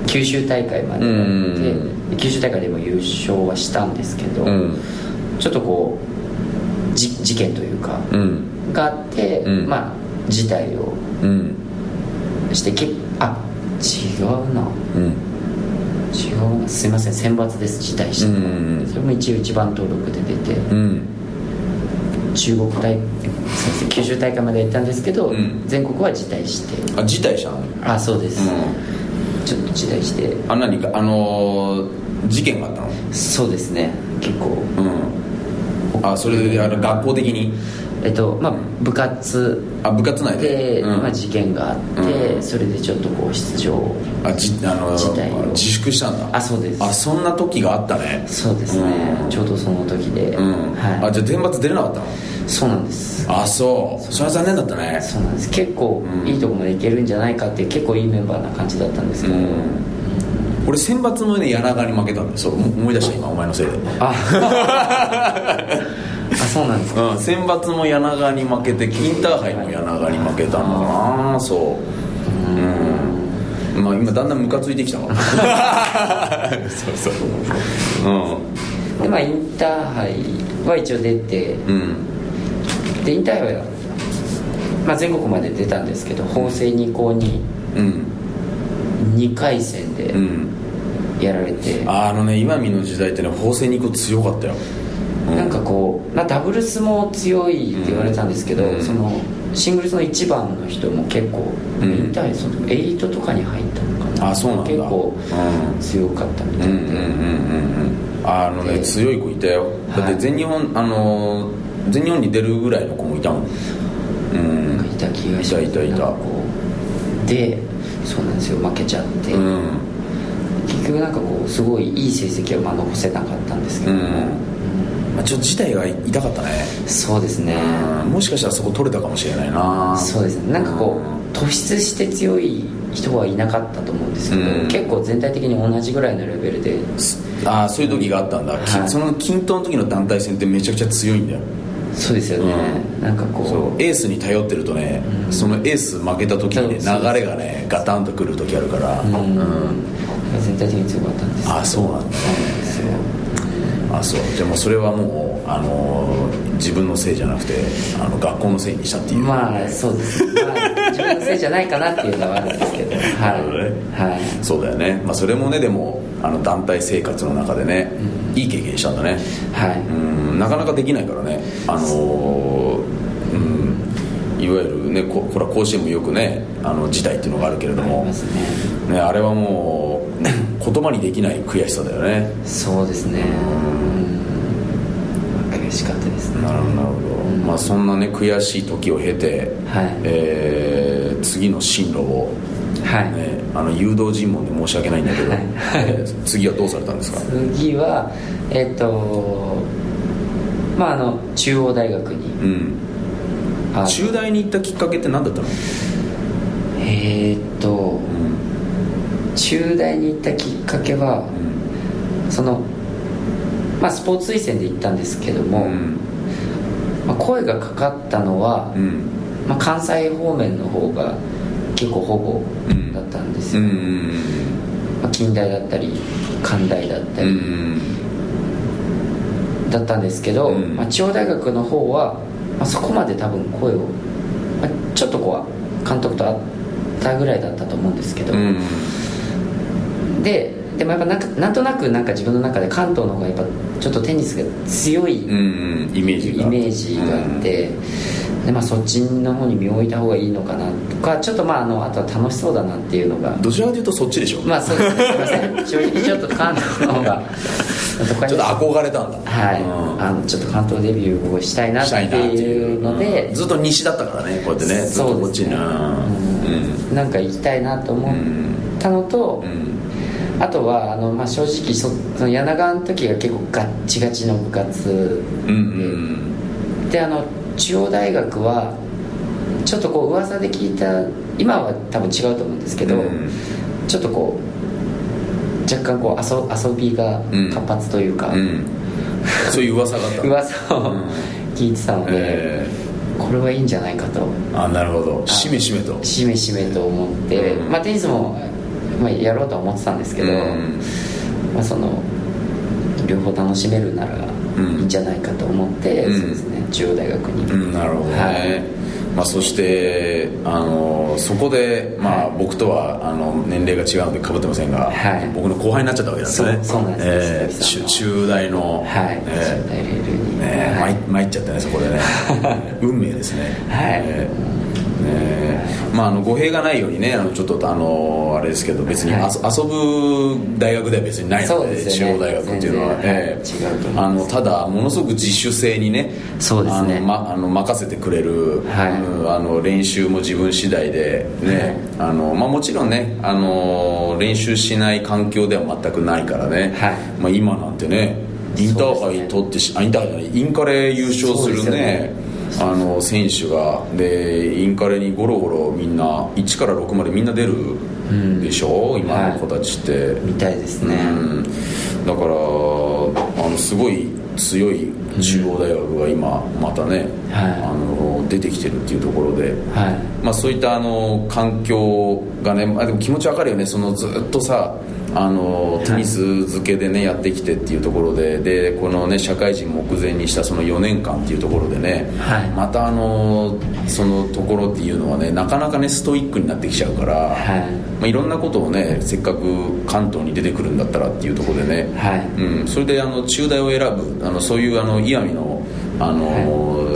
Speaker 3: 九州大会までやって、
Speaker 2: うん
Speaker 3: で九州大会でも優勝はしたんですけど、
Speaker 2: うん
Speaker 3: ちょっとこうじ事件というか、
Speaker 2: うん
Speaker 3: があって、
Speaker 2: うん
Speaker 3: まあ事態を
Speaker 2: うん
Speaker 3: してけあ違うな
Speaker 2: うん
Speaker 3: 違うなすいません選抜です辞退した、
Speaker 2: うん
Speaker 3: それも一応一番登録で出て
Speaker 2: うん
Speaker 3: 中国大すいません九州大会まで行ったんですけど、
Speaker 2: うん
Speaker 3: 全国は辞退して
Speaker 2: あ辞退したの
Speaker 3: あそうです、
Speaker 2: う
Speaker 3: ちょっと辞退して
Speaker 2: んあ何かあのー事件があったの
Speaker 3: そうですね結構
Speaker 2: うんあそれであの学校的に
Speaker 3: えっとまあ部活
Speaker 2: あ部活内で
Speaker 3: で、
Speaker 2: うん
Speaker 3: まあ、事件があって、
Speaker 2: うん
Speaker 3: それでちょっとこう出場を
Speaker 2: あじあの
Speaker 3: 事態を
Speaker 2: 自粛したんだ
Speaker 3: あそうです
Speaker 2: あそんな時があったね
Speaker 3: そうですね、
Speaker 2: うん
Speaker 3: ちょうどその時で、
Speaker 2: うんあ
Speaker 3: は
Speaker 2: じゃあ選抜出れなかったの
Speaker 3: い、そうなんです
Speaker 2: あそうそれは残念だったね
Speaker 3: そうなんです結構
Speaker 2: うん
Speaker 3: いいとこまでいけるんじゃないかって結構いいメンバーな感じだったんですけど、
Speaker 2: 俺選抜もね柳川に負けたんでそう思思い出した今お前のせいで
Speaker 3: ああそうなんですか
Speaker 2: うん、選抜も柳川に負けてインターハイも柳川に負けたのかなそううんまあ今だんだんムカついてきた
Speaker 3: <laughs>
Speaker 2: わそうそう
Speaker 3: でまあインターハイは一応出て
Speaker 2: うんうん
Speaker 3: でインターハイは、まあ、全国まで出たんですけど法政二高に
Speaker 2: うん
Speaker 3: 2回戦で
Speaker 2: うん
Speaker 3: やられて、
Speaker 2: あのね今見の時代ってね法政2個強かったようん
Speaker 3: なんかこう、まあ、ダブルスも強いって言われたんですけど、
Speaker 2: うん
Speaker 3: そのシングルスの1番の人も結構、
Speaker 2: うん
Speaker 3: インターハイその8とかに入ったのかな
Speaker 2: あそうなんだ
Speaker 3: 結構
Speaker 2: うん
Speaker 3: 強かったみたいで、
Speaker 2: あのね
Speaker 3: で
Speaker 2: 強い子いたよだっ
Speaker 3: は
Speaker 2: て
Speaker 3: い
Speaker 2: 全日本、あのー全日本に出るぐらいの子もいたもんうん
Speaker 3: なんかいた気がします
Speaker 2: いたいたいた
Speaker 3: なんかこうでそうなんですよ負けちゃって、
Speaker 2: うん
Speaker 3: 結局なんかこうすごいいい成績はまあ残せなかったんですけ
Speaker 2: う
Speaker 3: ど
Speaker 2: ん
Speaker 3: も、
Speaker 2: まあちょっと事態が痛かったね、
Speaker 3: そうですね、
Speaker 2: うんもしかしたらそこ取れたかもしれないな
Speaker 3: そうですねなんかこ
Speaker 2: ん
Speaker 3: う突出して強い人はいなかったと思うんですけど、
Speaker 2: うん
Speaker 3: 結構全体的に同じぐらいのレベルで
Speaker 2: ああそういう時があったんだ、き
Speaker 3: はい
Speaker 2: その均等の時の団体戦ってめちゃくちゃ強いんだよ
Speaker 3: そうですよね、
Speaker 2: う
Speaker 3: なんか
Speaker 2: そ
Speaker 3: こ
Speaker 2: うエースに頼ってるとね、
Speaker 3: うん
Speaker 2: そのエース負けた時にね
Speaker 3: そうそう
Speaker 2: 流れがねガタンとくる時あるから
Speaker 3: う、うん
Speaker 2: うん
Speaker 3: 全体的に強かったんです
Speaker 2: ああそうなんだ
Speaker 3: そうなんですよ
Speaker 2: あそうじゃあもうそれはもう、あのー自分のせいじゃなくてあの学校のせいにしたっていう、
Speaker 3: まあそうです、まあ、自分のせいじゃないかなっていうのはあるんですけど <laughs> はい
Speaker 2: なるほどね、
Speaker 3: はい
Speaker 2: そうだよね、まあ、それもねでもあの団体生活の中でね、いい経験したんだね
Speaker 3: はい
Speaker 2: うんなかなかできないからねあのーうんいわゆるねここれは甲子園もよくねあの事態っていうのがあるけれど
Speaker 3: あ
Speaker 2: も
Speaker 3: りますね
Speaker 2: ね、あれはもう言葉にできない悔しさだよね
Speaker 3: そうですねうん悔しかったですね
Speaker 2: なるほどなるほど、まあ、そんなね悔しい時を経て、
Speaker 3: はい
Speaker 2: えー次の進路を、
Speaker 3: はい、
Speaker 2: ね、あの誘導尋問で申し訳ないんだけど、
Speaker 3: はい
Speaker 2: えー次はどうされたんですか
Speaker 3: 次はえっ、とまああの中央大学に
Speaker 2: うん
Speaker 3: あ
Speaker 2: 中大に行ったきっかけって何だったの、
Speaker 3: えっ、と
Speaker 2: うん
Speaker 3: 中大に行ったきっかけはそのまあスポーツ推薦で行ったんですけど
Speaker 2: う
Speaker 3: も、
Speaker 2: ん
Speaker 3: まあ、声がかかったのは、
Speaker 2: うん
Speaker 3: まあ、関西方面の方が結構ほ
Speaker 2: うん
Speaker 3: ぼだったんです
Speaker 2: う
Speaker 3: よ、
Speaker 2: ん
Speaker 3: まあ、近代だったり関大だった
Speaker 2: う
Speaker 3: り、
Speaker 2: ん
Speaker 3: だったんですけど、
Speaker 2: うん
Speaker 3: まあ、中央大学の方は、まあ、そこまで多分声を、まあ、ちょっとこう監督と会ったぐらいだったと思うんですけど、
Speaker 2: うん
Speaker 3: ででもやっぱなんかなんとなくなんか自分の中で関東の方がやっぱちょっとテニスが強い
Speaker 2: うんイメージが
Speaker 3: イメージがあって、でまあ、そっちの方に身を置いた方がいいのかなとかちょっとまああのあとは楽しそうだなっていうのが
Speaker 2: どちらかというとそっちでしょ、
Speaker 3: まあそうですねすいません正直ちょっと関東の方
Speaker 2: <laughs>
Speaker 3: が都会
Speaker 2: ちょっと憧れたんだ
Speaker 3: はい、
Speaker 2: うん
Speaker 3: あのちょっと関東デビューをしたいなっ
Speaker 2: してたいなってい
Speaker 3: いううので、
Speaker 2: ずっと西だったからねこうやってねずっとこっちに
Speaker 3: そう
Speaker 2: うん
Speaker 3: なんか行きたいなと思ったのと、
Speaker 2: うん
Speaker 3: あとはあの、まあ、正直そその柳川の時が結構ガッチガチの部活
Speaker 2: うんうん
Speaker 3: であの中央大学はちょっとこう噂で聞いた今は多分違うと思うんですけど、
Speaker 2: うん
Speaker 3: ちょっとこう若干こう遊遊びが活発というか、
Speaker 2: うんそういう噂があった
Speaker 3: <laughs> 噂を
Speaker 2: うん
Speaker 3: 聞いてたので、
Speaker 2: え
Speaker 3: これはいいんじゃないかと
Speaker 2: ーあなるほどしめしめと
Speaker 3: しめしめと思って、
Speaker 2: うん
Speaker 3: まあ、テニスも、まあ、やろうとは思ってたんですけど、
Speaker 2: うん
Speaker 3: まあ、その両方楽しめるなら
Speaker 2: うん
Speaker 3: いいんじゃないかと思って、
Speaker 2: うん
Speaker 3: そうですね中央大学に、
Speaker 2: うん、なるほどね、
Speaker 3: はい
Speaker 2: まあ、そしてあのそこで、まあ、僕とはあの年齢が違うのでかぶってませんが、
Speaker 3: はい
Speaker 2: 僕の後輩になっちゃったわけなんですね
Speaker 3: そうそうなんです
Speaker 2: えー
Speaker 3: 鈴木さん
Speaker 2: 中
Speaker 3: の
Speaker 2: 中大の、
Speaker 3: はい、
Speaker 2: え
Speaker 3: 中大レール
Speaker 2: ー
Speaker 3: に、
Speaker 2: ね
Speaker 3: はい
Speaker 2: 参参っちゃったねそこで
Speaker 3: <laughs>
Speaker 2: ね運命ですね
Speaker 3: はい
Speaker 2: えーねまあ、あの語弊がないようにねあのちょっとあのあれですけど別に、
Speaker 3: はい
Speaker 2: あそ遊ぶ大学では別にないの
Speaker 3: そう
Speaker 2: で
Speaker 3: です
Speaker 2: 中
Speaker 3: よね
Speaker 2: 央大学っていうのは、
Speaker 3: 全然
Speaker 2: え
Speaker 3: はい違うと思います
Speaker 2: あのただものすごく自主性にね
Speaker 3: そうですね
Speaker 2: あの、ま、あの任せてくれる、
Speaker 3: はい
Speaker 2: うんあの練習も自分次第で、ねあのまあ、もちろんねあの練習しない環境では全くないからね、
Speaker 3: はい
Speaker 2: まあ、今なんてねインターハイ取ってし、あインターハイじゃないインカレ優勝す
Speaker 3: そうです
Speaker 2: る
Speaker 3: よ
Speaker 2: ね
Speaker 3: ね
Speaker 2: あの選手がでインカレにゴロゴロみんな1から6までみんな出るでしょ、今の子たちって、
Speaker 3: みたいですね、
Speaker 2: うん、だからあのすごい強い中央大学が今またね、
Speaker 3: はい
Speaker 2: あの出てきてるっていうところで、
Speaker 3: はい
Speaker 2: まあ、そういったあの環境がね、まあ、でも気持ちわかるよねそのずっとさあのテニス漬けでね、やってきてっていうところででこのね社会人目前にしたその4年間っていうところでね、
Speaker 3: はい
Speaker 2: またあのそのところっていうのはねなかなかねストイックになってきちゃうから、
Speaker 3: はい
Speaker 2: まあ、いろんなことをねせっかく関東に出てくるんだったらっていうところでね、
Speaker 3: はい
Speaker 2: うん、それであの中大を選ぶあのそういうあの石見のあの、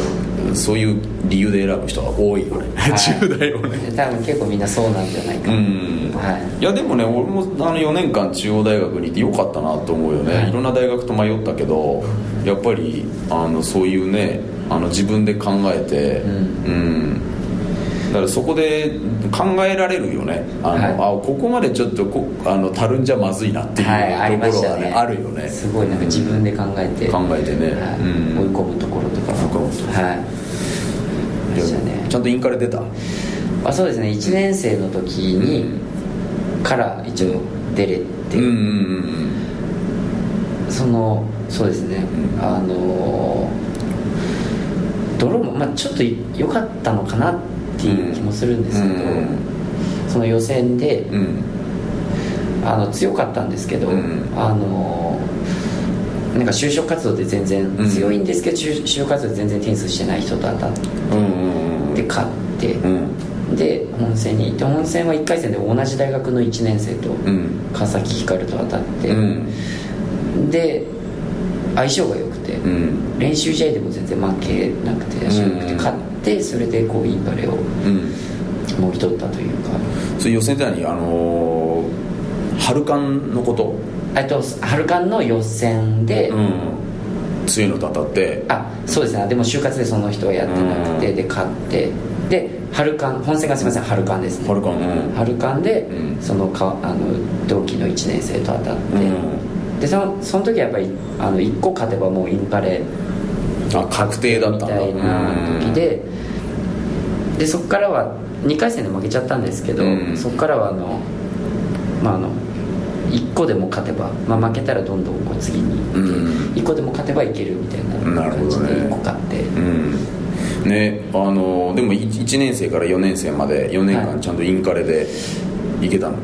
Speaker 2: そういう理由で選ぶ人が多いよね、
Speaker 3: い
Speaker 2: 中大をね
Speaker 3: で多分結構みんなそうなんじゃないか
Speaker 2: う
Speaker 3: な、
Speaker 2: ん
Speaker 3: はい
Speaker 2: やでもね俺もあの4年間中央大学にいてよかったなと思うよね、
Speaker 3: はい
Speaker 2: い、ろんな大学と迷ったけどやっぱりあのそういうねあの自分で考えてうん、だからそこで考えられるよねあの、
Speaker 3: はい
Speaker 2: あここまでちょっとこあのたるんじゃまずいなってい
Speaker 3: はい、あり
Speaker 2: う
Speaker 3: ま
Speaker 2: とこ
Speaker 3: し
Speaker 2: ろ
Speaker 3: た
Speaker 2: がね,、
Speaker 3: ね
Speaker 2: あるよね
Speaker 3: すごいなんか自分で考えて
Speaker 2: 考えてね、
Speaker 3: はい
Speaker 2: うん
Speaker 3: 追い込むところとかも
Speaker 2: 追い込むとこ
Speaker 3: はいありましたね
Speaker 2: ちゃんとインカレ出た
Speaker 3: あそうですね1年生の時に、から一応出れて、
Speaker 2: うんうんうん
Speaker 3: そのそうですね、
Speaker 2: う
Speaker 3: あのドローも、まあ、ちょっと良かったのかなっていう気もするんですけど、
Speaker 2: うん
Speaker 3: その予選で
Speaker 2: うんうん
Speaker 3: あの強かったんですけど、
Speaker 2: うん
Speaker 3: あのなんか就職活動で全然
Speaker 2: うん
Speaker 3: 強いんですけど、就就職活動で全然テニスしてない人と当たっ
Speaker 2: うんうん
Speaker 3: て勝って、
Speaker 2: うん
Speaker 3: で本戦に行って本戦は1回戦で同じ大学の1年生と
Speaker 2: うん
Speaker 3: 川崎光と当たって、
Speaker 2: うん
Speaker 3: で相性が良くて、
Speaker 2: うん
Speaker 3: 練習試合でも全然負けなくて足が良く
Speaker 2: う
Speaker 3: て
Speaker 2: ん
Speaker 3: 勝ってそれでこうインバレを
Speaker 2: うん
Speaker 3: もぎ取ったというか
Speaker 2: それ予選って何あのー、春間のこと、
Speaker 3: えっと春間の予選で、
Speaker 2: うん、強いのと当たって
Speaker 3: あそうですねでも就活でその人はやってなくて、
Speaker 2: うん
Speaker 3: で勝ってで春間本戦がすみません春間ですね
Speaker 2: 春間うん
Speaker 3: 春間で、
Speaker 2: うん
Speaker 3: そのかあの同期の1年生と当たって、でそのその時はやっぱりあの1個勝てばもうインパレ
Speaker 2: あ確定だった
Speaker 3: み
Speaker 2: んだ
Speaker 3: たいな時で、でそこからは2回戦で負けちゃったんですけど、
Speaker 2: うん
Speaker 3: そこからはあのまああの1個でも勝てば、まあ、負けたらどんどんこう次に行って、
Speaker 2: うん
Speaker 3: 1個でも勝てばいけるみたい
Speaker 2: な
Speaker 3: な
Speaker 2: る
Speaker 3: 感
Speaker 2: ほ
Speaker 3: じ
Speaker 2: ど
Speaker 3: で
Speaker 2: ね
Speaker 3: 1個勝って、
Speaker 2: うんねあのーでも 1, 年生から4年生まで4年
Speaker 3: は
Speaker 2: 間
Speaker 3: い
Speaker 2: ちゃんとインカレでいけたの、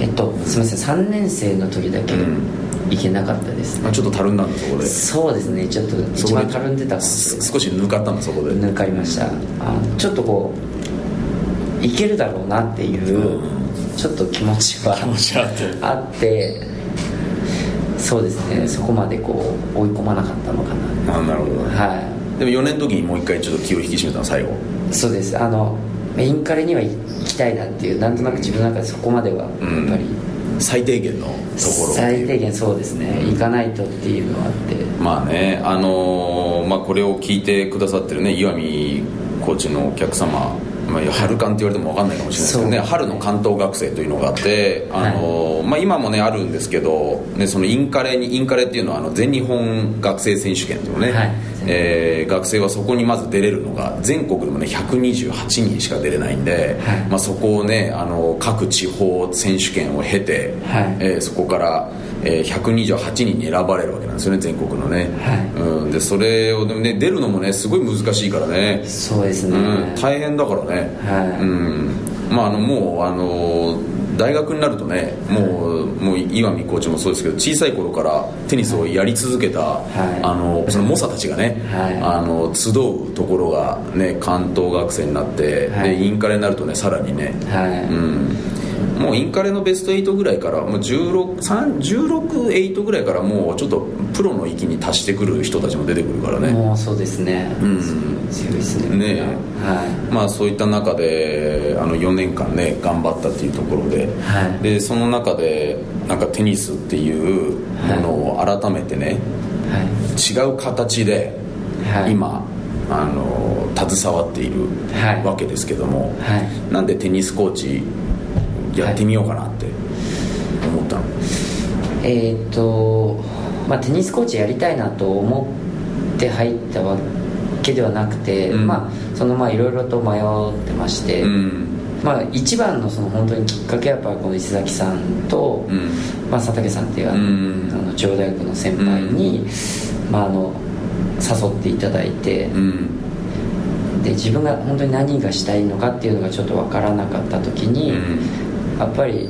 Speaker 3: えっとすみません3年生の時だけ
Speaker 2: うん
Speaker 3: 行けなかったですね
Speaker 2: あ、ちょっとたるんだんだそこで
Speaker 3: そうですねちょっと
Speaker 2: そ
Speaker 3: 一
Speaker 2: こで
Speaker 3: 番たるんでたかもしれない
Speaker 2: す少し抜かったのそこで
Speaker 3: 抜かりましたあのちょっとこういけるだろうなっていう、ちょっと気持ちは
Speaker 2: 気持ちあって
Speaker 3: あってそうですねそこまでこう追い込まなかったのかな
Speaker 2: あなるほどね
Speaker 3: は
Speaker 2: でも4年の時にもう一回ちょっと気を引き締めたの最後
Speaker 3: そうですあのインカレには行きたいなっていうなんとなく自分の中でそこまではやっ
Speaker 2: ん
Speaker 3: ぱり、
Speaker 2: 最低限のところってい
Speaker 3: 最
Speaker 2: う
Speaker 3: 低限そうですね行かないとっていうのはあって
Speaker 2: まあね、あのーまあ、これを聞いてくださってるね岩見コーチのお客様、まあ、春館って言われても分かんないかもしれないですけどね
Speaker 3: そう
Speaker 2: 春の関東学生というのがあって、あのーまあ、今もねあるんですけど、ね、そのインカレにインカレっていうのはあの全日本学生選手権というのね、
Speaker 3: はい
Speaker 2: えー学生はそこにまず出れるのが全国でもね128人しか出れないんで、
Speaker 3: はい
Speaker 2: まあ、そこをねあの各地方選手権を経て、
Speaker 3: はい
Speaker 2: えーそこから、えー128人に選ばれるわけなんですよね全国のね、
Speaker 3: は
Speaker 2: うん、でそれをでもね出るのもねすごい難しいからね、
Speaker 3: そうですね、
Speaker 2: うん、大変だからね、
Speaker 3: はい
Speaker 2: うんまああのもうあの大学になるとねもうもう岩見コーチもそうですけど小さい頃からテニスをやり続けた、
Speaker 3: い
Speaker 2: あのその猛者たちがね、
Speaker 3: はい
Speaker 2: あの集うところが、ね、関東学生になって、
Speaker 3: はい
Speaker 2: でインカレになるとねさらにね、
Speaker 3: はい、
Speaker 2: うんもうインカレのベスト8ぐらいからもう16 3 16、8ぐらいからもうちょっとプロの域に達してくる人たちも出てくるからね、
Speaker 3: もうそうですね、
Speaker 2: うん
Speaker 3: 強いですね
Speaker 2: ねえ
Speaker 3: は
Speaker 2: まあ、そういった中であの4年間ね頑張ったっていうところで,、
Speaker 3: はい
Speaker 2: でその中でなんかテニスっていうものを改めてね、
Speaker 3: い
Speaker 2: 違
Speaker 3: は
Speaker 2: う形で
Speaker 3: はい
Speaker 2: 今、あの携わっている
Speaker 3: はい
Speaker 2: わけですけども、
Speaker 3: いはい
Speaker 2: なんでテニスコーチやってみようかなって思ったの、
Speaker 3: えーっと、まあ、テニスコーチやりたいなと思って入ったわけではなくて、
Speaker 2: うん
Speaker 3: まあそのまあいろいろと迷ってまして、
Speaker 2: うん
Speaker 3: まあ一番のその本当にきっかけはやっぱこの伊勢崎さんと、
Speaker 2: うん
Speaker 3: まあ、佐竹さんっていうあの、
Speaker 2: うん
Speaker 3: あの中央大学の先輩に、まああの誘っていただいて、
Speaker 2: うん
Speaker 3: で自分が本当に何がしたいのかっていうのがちょっと分からなかった時に、やっぱり、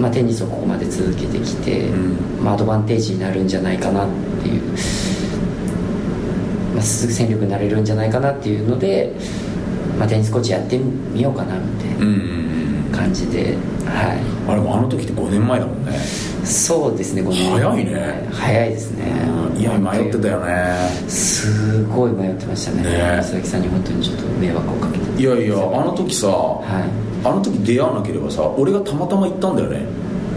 Speaker 3: まあ、テニスをここまで続けてきて、
Speaker 2: う
Speaker 3: まあ、アドバンテージになるんじゃないかなっていう、まあ、すぐ戦力になれるんじゃないかなっていうので、まあ、テニスコーチやってみようかなみたい
Speaker 2: うんう
Speaker 3: なん感じで、は
Speaker 2: あれもあの時って5年前だもんね
Speaker 3: い、そうですねこの
Speaker 2: 早いね
Speaker 3: 早いですね
Speaker 2: うんいや迷ってたよね
Speaker 3: すごい迷ってましたね
Speaker 2: ね
Speaker 3: 佐々木さんに本当にちょっと迷惑をかけて
Speaker 2: いやいやあの時さ、
Speaker 3: はい
Speaker 2: あの時出会わなければさ俺がたまたま行ったんだよね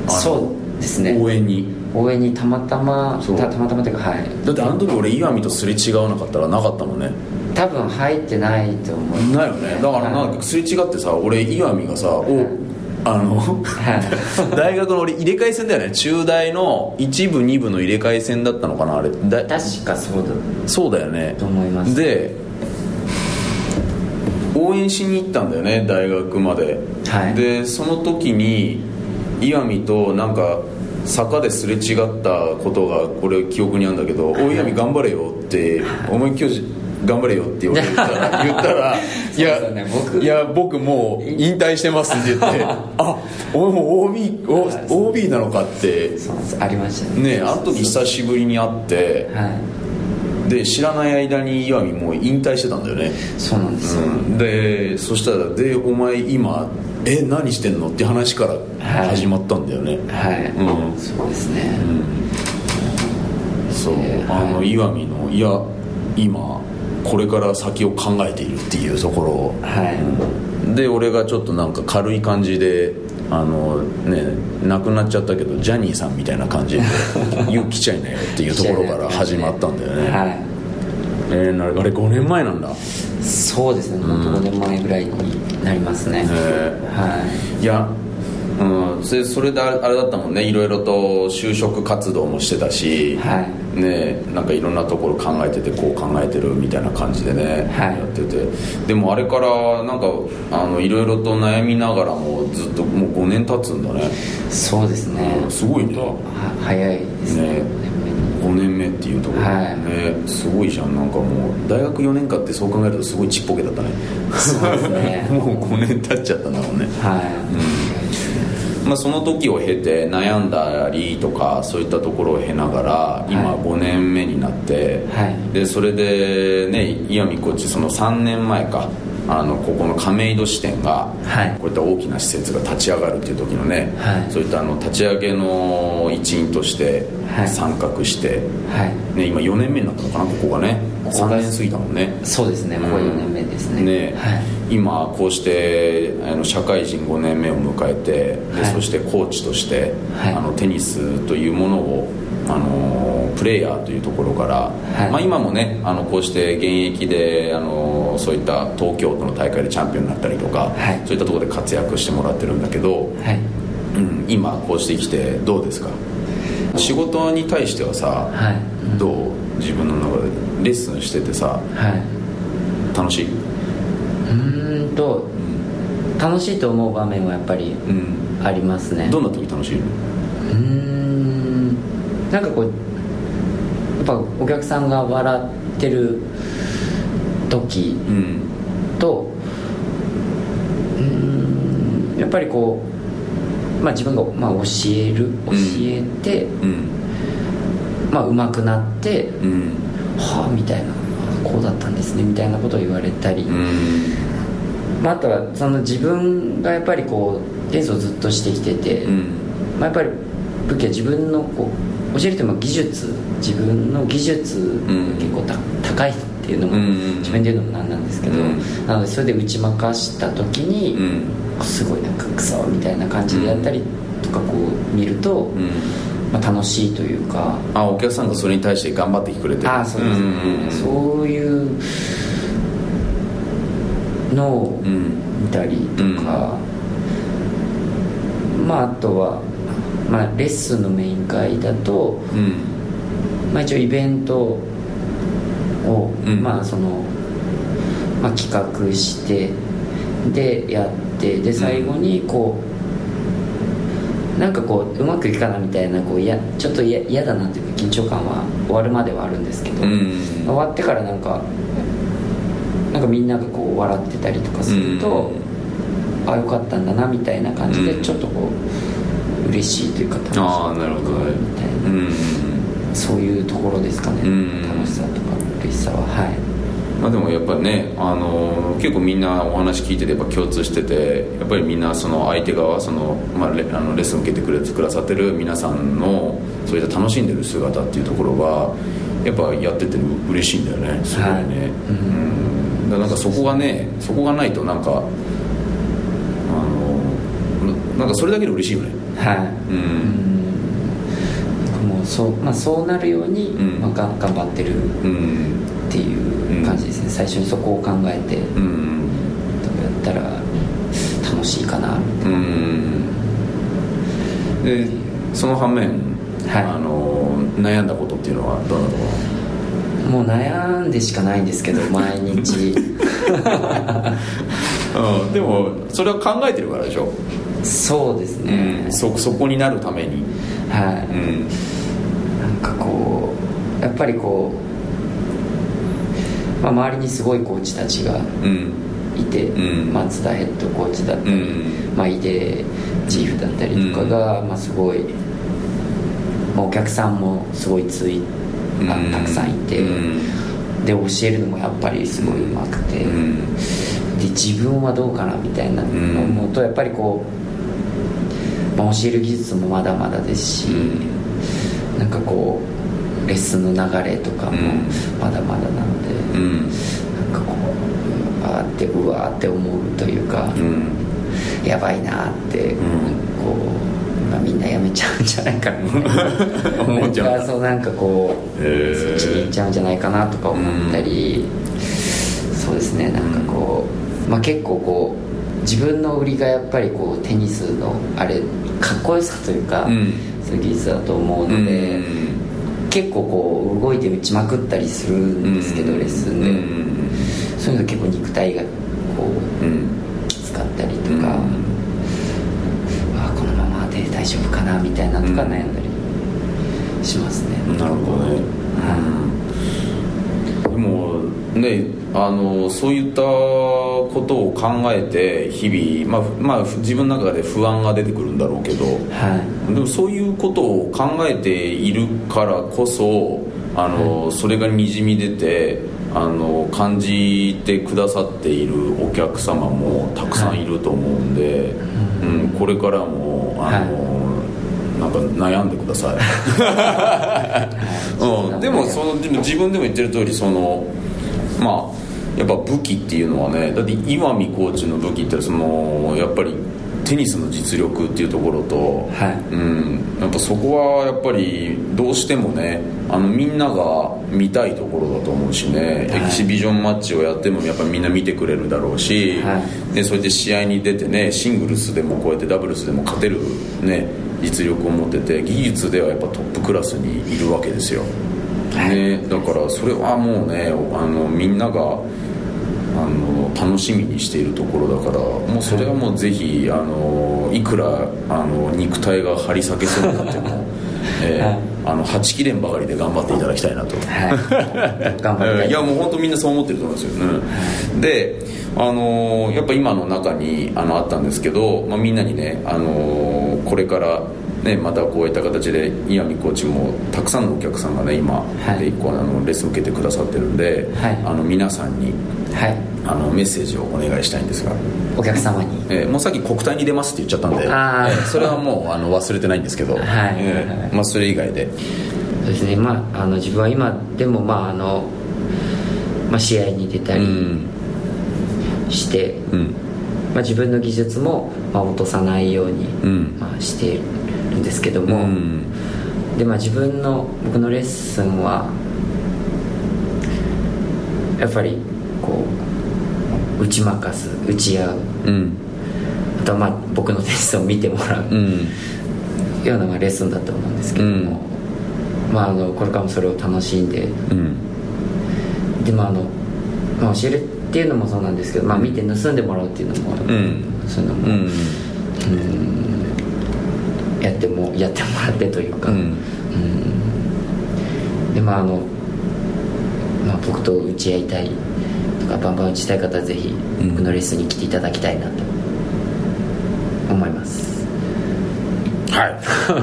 Speaker 2: あの
Speaker 3: そうですね
Speaker 2: 応援に
Speaker 3: 応援にたまたま
Speaker 2: そう
Speaker 3: たたまたまというかはい
Speaker 2: だってあの時俺岩見とすれ違わなかったらなかったもんね
Speaker 3: 多分入ってないと思う
Speaker 2: ないよねだからなんかすれ違ってさ俺岩見がさおあの <laughs>
Speaker 3: はい
Speaker 2: 大学の俺入れ替え戦だよね中大の1部2部の入れ替え戦だったのかなあれだ
Speaker 3: 確かそうだ
Speaker 2: そうだよね
Speaker 3: と思います
Speaker 2: で応援しに行ったんだよね大学まで、
Speaker 3: はい
Speaker 2: でその時に岩見となんか坂ですれ違ったことがこれ記憶にあるんだけど「おい岩見頑張れよ」って「お前今日頑張れよ」って言われた
Speaker 3: <laughs>
Speaker 2: ら言ったら「いや
Speaker 3: そうですよね僕
Speaker 2: いや僕もう引退してます」
Speaker 3: <laughs>
Speaker 2: って言って「あ俺もう OB, お OB なのか」って
Speaker 3: そうなんですありましたね
Speaker 2: ねあの時久しぶりに会って
Speaker 3: は
Speaker 2: で知らない間に岩見もう引退してたんだよね
Speaker 3: いそうなんですよ、
Speaker 2: うんでそしたら「でお前今え何してんの?」って話から
Speaker 3: はい
Speaker 2: 始まったんだよね、
Speaker 3: はい、
Speaker 2: うん
Speaker 3: そうですね、
Speaker 2: そう、
Speaker 3: えー
Speaker 2: あ
Speaker 3: は
Speaker 2: の
Speaker 3: い
Speaker 2: 岩見の「いや今これから先を考えている」っていうところを
Speaker 3: は
Speaker 2: で俺がちょっとなんか軽い感じであのね亡くなっちゃったけどジャニーさんみたいな
Speaker 3: <laughs>
Speaker 2: 感じで「よう来ちゃいなよ」ってい
Speaker 3: いう
Speaker 2: ところから始まったんだよね
Speaker 3: は
Speaker 2: えーなあれ5年前なんだ
Speaker 3: いそうですね本当5年前ぐらいになりますね、
Speaker 2: え
Speaker 3: はい
Speaker 2: や、うん、それそれであれあれだったもんねいろいろと就職活動もしてたし、
Speaker 3: は
Speaker 2: ねなんかいろんなところ考えててこう考えてるみたいな感じでね、
Speaker 3: はい
Speaker 2: やっててでもあれからなんかあのいろいろと悩みながらもずっともう5年経つんだね
Speaker 3: いそうですね
Speaker 2: すごいね
Speaker 3: は早いですね
Speaker 2: ね5年目っていうところ、
Speaker 3: はい
Speaker 2: ねすごいじゃんなんかもう大学4年間ってそう考えるとすごいちっぽけだったね
Speaker 3: そうです
Speaker 2: <laughs>
Speaker 3: ね
Speaker 2: もう5年経っちゃったんだもんね
Speaker 3: はい、
Speaker 2: まあ、その時を経て悩んだりとかそういったところを経ながら今
Speaker 3: はい
Speaker 2: 5年目になって、
Speaker 3: はい
Speaker 2: でそれでね石見コーチその3年前かあのここの亀戸支店が、
Speaker 3: はい
Speaker 2: こういった大きな施設が立ち上がるっていう時のね、
Speaker 3: はい
Speaker 2: そういったあの立ち上げの一員として
Speaker 3: はい
Speaker 2: 参画して、
Speaker 3: はい
Speaker 2: ね、今4年目になったのかなここがね
Speaker 3: ここ
Speaker 2: 3
Speaker 3: が
Speaker 2: 年過ぎたもんね
Speaker 3: そうですねここ4年目ですね
Speaker 2: ね
Speaker 3: はい
Speaker 2: 今こうしてあの社会人5年目を迎えてで、
Speaker 3: はい
Speaker 2: そしてコーチとして、
Speaker 3: はい
Speaker 2: あのテニスというものをあのプレイヤーというところから、
Speaker 3: い
Speaker 2: まあ、今もねあのこうして現役であのそういった東京都の大会でチャンピオンになったりとか、
Speaker 3: はい
Speaker 2: そういったところで活躍してもらってるんだけど、
Speaker 3: はい
Speaker 2: うん、今こうして生きてどうですか仕事に対してはさ、
Speaker 3: はい
Speaker 2: どう自分の中でレッスンしててさ
Speaker 3: はい
Speaker 2: 楽しい、
Speaker 3: うーんと楽しいと思う場面はやっぱり
Speaker 2: うん
Speaker 3: ありますね
Speaker 2: どんな時楽しいの
Speaker 3: うーんなんかこうやっぱお客さんが笑ってる時
Speaker 2: うん
Speaker 3: とうーんやっぱりこう、まあ、自分が、まあ、教える教えて、
Speaker 2: うん
Speaker 3: まあ上手くなって
Speaker 2: うん
Speaker 3: はあみたいなあこうだったんですねみたいなことを言われたり、
Speaker 2: うん
Speaker 3: まあ、あとはその自分がやっぱりこうテニスをずっとしてきてて、
Speaker 2: うん
Speaker 3: まあ、やっぱり武器は自分のこう教えるても技術自分の技術
Speaker 2: ん
Speaker 3: 結構た、高いっていうのも、
Speaker 2: うん
Speaker 3: 自分で言うのもなんなんですけ
Speaker 2: う
Speaker 3: ど、
Speaker 2: ん
Speaker 3: なのでそれで打ち負かした時に、
Speaker 2: うん
Speaker 3: すごいなんかクソみたいな感じでやったりとかこう見ると、
Speaker 2: うん
Speaker 3: まあ、楽しいというか
Speaker 2: あお客さんがそれに対して頑張ってきてくれてる
Speaker 3: ああそうですね、そういうのを
Speaker 2: うんうん
Speaker 3: 見たりとか、まああとは、まあ、レッスンのメイン会だと、
Speaker 2: うん
Speaker 3: まあ、一応イベントを、
Speaker 2: うん
Speaker 3: まあそのまあ、企画してでやってで最後にこう、なんかこううまくいくかなみたいなこういやちょっと嫌嫌だなっていう緊張感は終わるまではあるんですけど、
Speaker 2: うん
Speaker 3: 終わってからなんかなんかみんながこう笑ってたりとかすると、ああよかったんだなみたいな感じで、
Speaker 2: うん
Speaker 3: ちょっとこう嬉しいというか楽しいという
Speaker 2: あ
Speaker 3: か
Speaker 2: あなるほどね
Speaker 3: みたいな
Speaker 2: う、ん
Speaker 3: そういうところですかね、
Speaker 2: うん
Speaker 3: 楽しさとか嬉しさははい
Speaker 2: まあでもやっぱね、あの結構みんなお話聞いててやっぱ共通しててやっぱりみんなその相手側その、まあ、レあのレッスン受けてくれてくださってる皆さんのそういった楽しんでる姿っていうところはやっぱやってて嬉しいんだよねすごいね、
Speaker 3: はいう
Speaker 2: うんだからなんかそこがねそこがないとなんかあのななんかそれだけで嬉しいよね
Speaker 3: はい、
Speaker 2: うん
Speaker 3: うんもうそうまあ、そうなるように、
Speaker 2: うん
Speaker 3: まあ、がん頑張ってるっ
Speaker 2: うん
Speaker 3: ていう感じですね、最初にそこを考えて
Speaker 2: う
Speaker 3: ど
Speaker 2: ん
Speaker 3: うやったら楽しいかなみたいな
Speaker 2: うんでその反面、
Speaker 3: はい
Speaker 2: あの悩んだことっていうのはどんなとこ
Speaker 3: もう悩んでしかないんですけど
Speaker 2: <laughs>
Speaker 3: 毎日
Speaker 2: ろ、うん、でもそれは考えてるからでしょ、
Speaker 3: そうですね、
Speaker 2: そそこになるために
Speaker 3: はい、
Speaker 2: うん
Speaker 3: なんかこうやっぱりこう、まあ、周りにすごいコーチたちが
Speaker 2: うん
Speaker 3: いて、
Speaker 2: うん
Speaker 3: 松田ヘッドコーチだったり、
Speaker 2: うん
Speaker 3: まあ、井出チーフだったりとかが、まあ、すごい、まあ、お客さんもすごいついあ
Speaker 2: うん
Speaker 3: たくさんいて、
Speaker 2: うん
Speaker 3: で教えるのもやっぱりすごいうまくて、
Speaker 2: うん
Speaker 3: で自分はどうかなみたいな
Speaker 2: うん
Speaker 3: 思うとやっぱりこう、まあ、教える技術もまだまだですし、なんかこうレッスンの流れとかも
Speaker 2: うん
Speaker 3: まだまだなので、
Speaker 2: うん
Speaker 3: なんかこうあーってうわーって思うというか、
Speaker 2: うん
Speaker 3: やばいなーって、
Speaker 2: ん
Speaker 3: こう、まあ、みんなやめちゃうんじゃないかなな
Speaker 2: <laughs> 思っ
Speaker 3: ん
Speaker 2: ちゃうん
Speaker 3: か
Speaker 2: だ
Speaker 3: そうなんかこう、
Speaker 2: へー
Speaker 3: そっちに行っちゃうんじゃないかなとか思ったり、そうですねなんかこう、まあ、結構こう自分の売りがやっぱりこうテニスのあれかっこよさというか、
Speaker 2: うん
Speaker 3: そういう技術だと思うので、結構こう動いて打ちまくったりするんですけど、レッスンで、
Speaker 2: うん
Speaker 3: そういうの結構肉体がこう
Speaker 2: うん
Speaker 3: きつかったりと
Speaker 2: うん
Speaker 3: か、あこのままで大丈夫かなみたいなとか
Speaker 2: うん
Speaker 3: 悩んだりしますね、
Speaker 2: なるほどね、でもねあのそういったことを考えて日々、まあふまあ、ふ自分の中で不安が出てくるんだろうけど
Speaker 3: はい
Speaker 2: でもそういうことを考えているからこそあの、それがにじみ出てああの感じてくださっているお客様もたくさんいると思うんで、うん、これからもあの、なんか悩んでくださ
Speaker 3: <laughs>
Speaker 2: い。うん、でもそのでも自分でも言ってる通りそのまあやっぱ武器っていうのはねだって岩見コーチの武器ってそのやっぱりテニスの実力っていうところと、
Speaker 3: はい
Speaker 2: うん、やっぱそこはやっぱりどうしてもねあのみんなが見たいところだと思うしね、
Speaker 3: はい
Speaker 2: エキシビジョンマッチをやってもやっぱりみんな見てくれるだろうし、
Speaker 3: は
Speaker 2: でそれで試合に出てねシングルスでもこうやってダブルスでも勝てる、ね、実力を持ってて技術ではやっぱトップクラスにいるわけですよ、
Speaker 3: はい
Speaker 2: ね、だからそれはもうねあのみんながあの楽しみにしているところだからもうそれはもうぜひあのいくらあの肉体が張り裂けそうになって <laughs> も、えーあのはちきれんばかりで頑張っていただきたいなと。
Speaker 3: <laughs> はい、頑張りたい
Speaker 2: いやもう本当みんなそう思ってると思うんですよ、うん、で、あのーやっぱ今の中にあのあったんですけど、まあ、みんなにね、あのーこれから、ね、またこういった形で石見コーチもたくさんのお客さんがね今、
Speaker 3: はい
Speaker 2: でこうあのレッスン受けてくださってるんで、
Speaker 3: はい
Speaker 2: あの皆さんに
Speaker 3: はい
Speaker 2: あのメッセージをお願いしたいんですが、
Speaker 3: お客様に
Speaker 2: えーもうさっき国体に出ますって言っちゃったんで、
Speaker 3: あー
Speaker 2: えーそれはもうあの忘れてないんですけど、
Speaker 3: はい
Speaker 2: えーまあ、それ以外で
Speaker 3: そうですねまああの自分は今でもまああの、まあ、試合に出た
Speaker 2: う
Speaker 3: り
Speaker 2: ん
Speaker 3: して、
Speaker 2: うん
Speaker 3: まあ、自分の技術も、まあ、落とさないように、
Speaker 2: うん
Speaker 3: まあ、しているんですけど
Speaker 2: う
Speaker 3: も、
Speaker 2: ん
Speaker 3: でまあ自分の僕のレッスンはやっぱりこう打ち負かす打ち合う
Speaker 2: うん
Speaker 3: あとはまあ僕のテストを見てもらう
Speaker 2: うん
Speaker 3: ようなまあレッスンだと思うんですけども、まああのこれからもそれを楽しんで
Speaker 2: うん
Speaker 3: でもあの、まあ、教えるっていうのもそうなんですけど、まあ、見て盗んでもらうっていうのも、
Speaker 2: ん
Speaker 3: そういうの
Speaker 2: う
Speaker 3: も、
Speaker 2: ん
Speaker 3: うんやってもやってもらってというか、
Speaker 2: うん
Speaker 3: うんでまああの、まあ、僕と打ち合いたいとかバンバン打ちたい方はぜひ
Speaker 2: ん
Speaker 3: 僕のレッスンに来ていただきたいなと思います、
Speaker 2: <laughs> は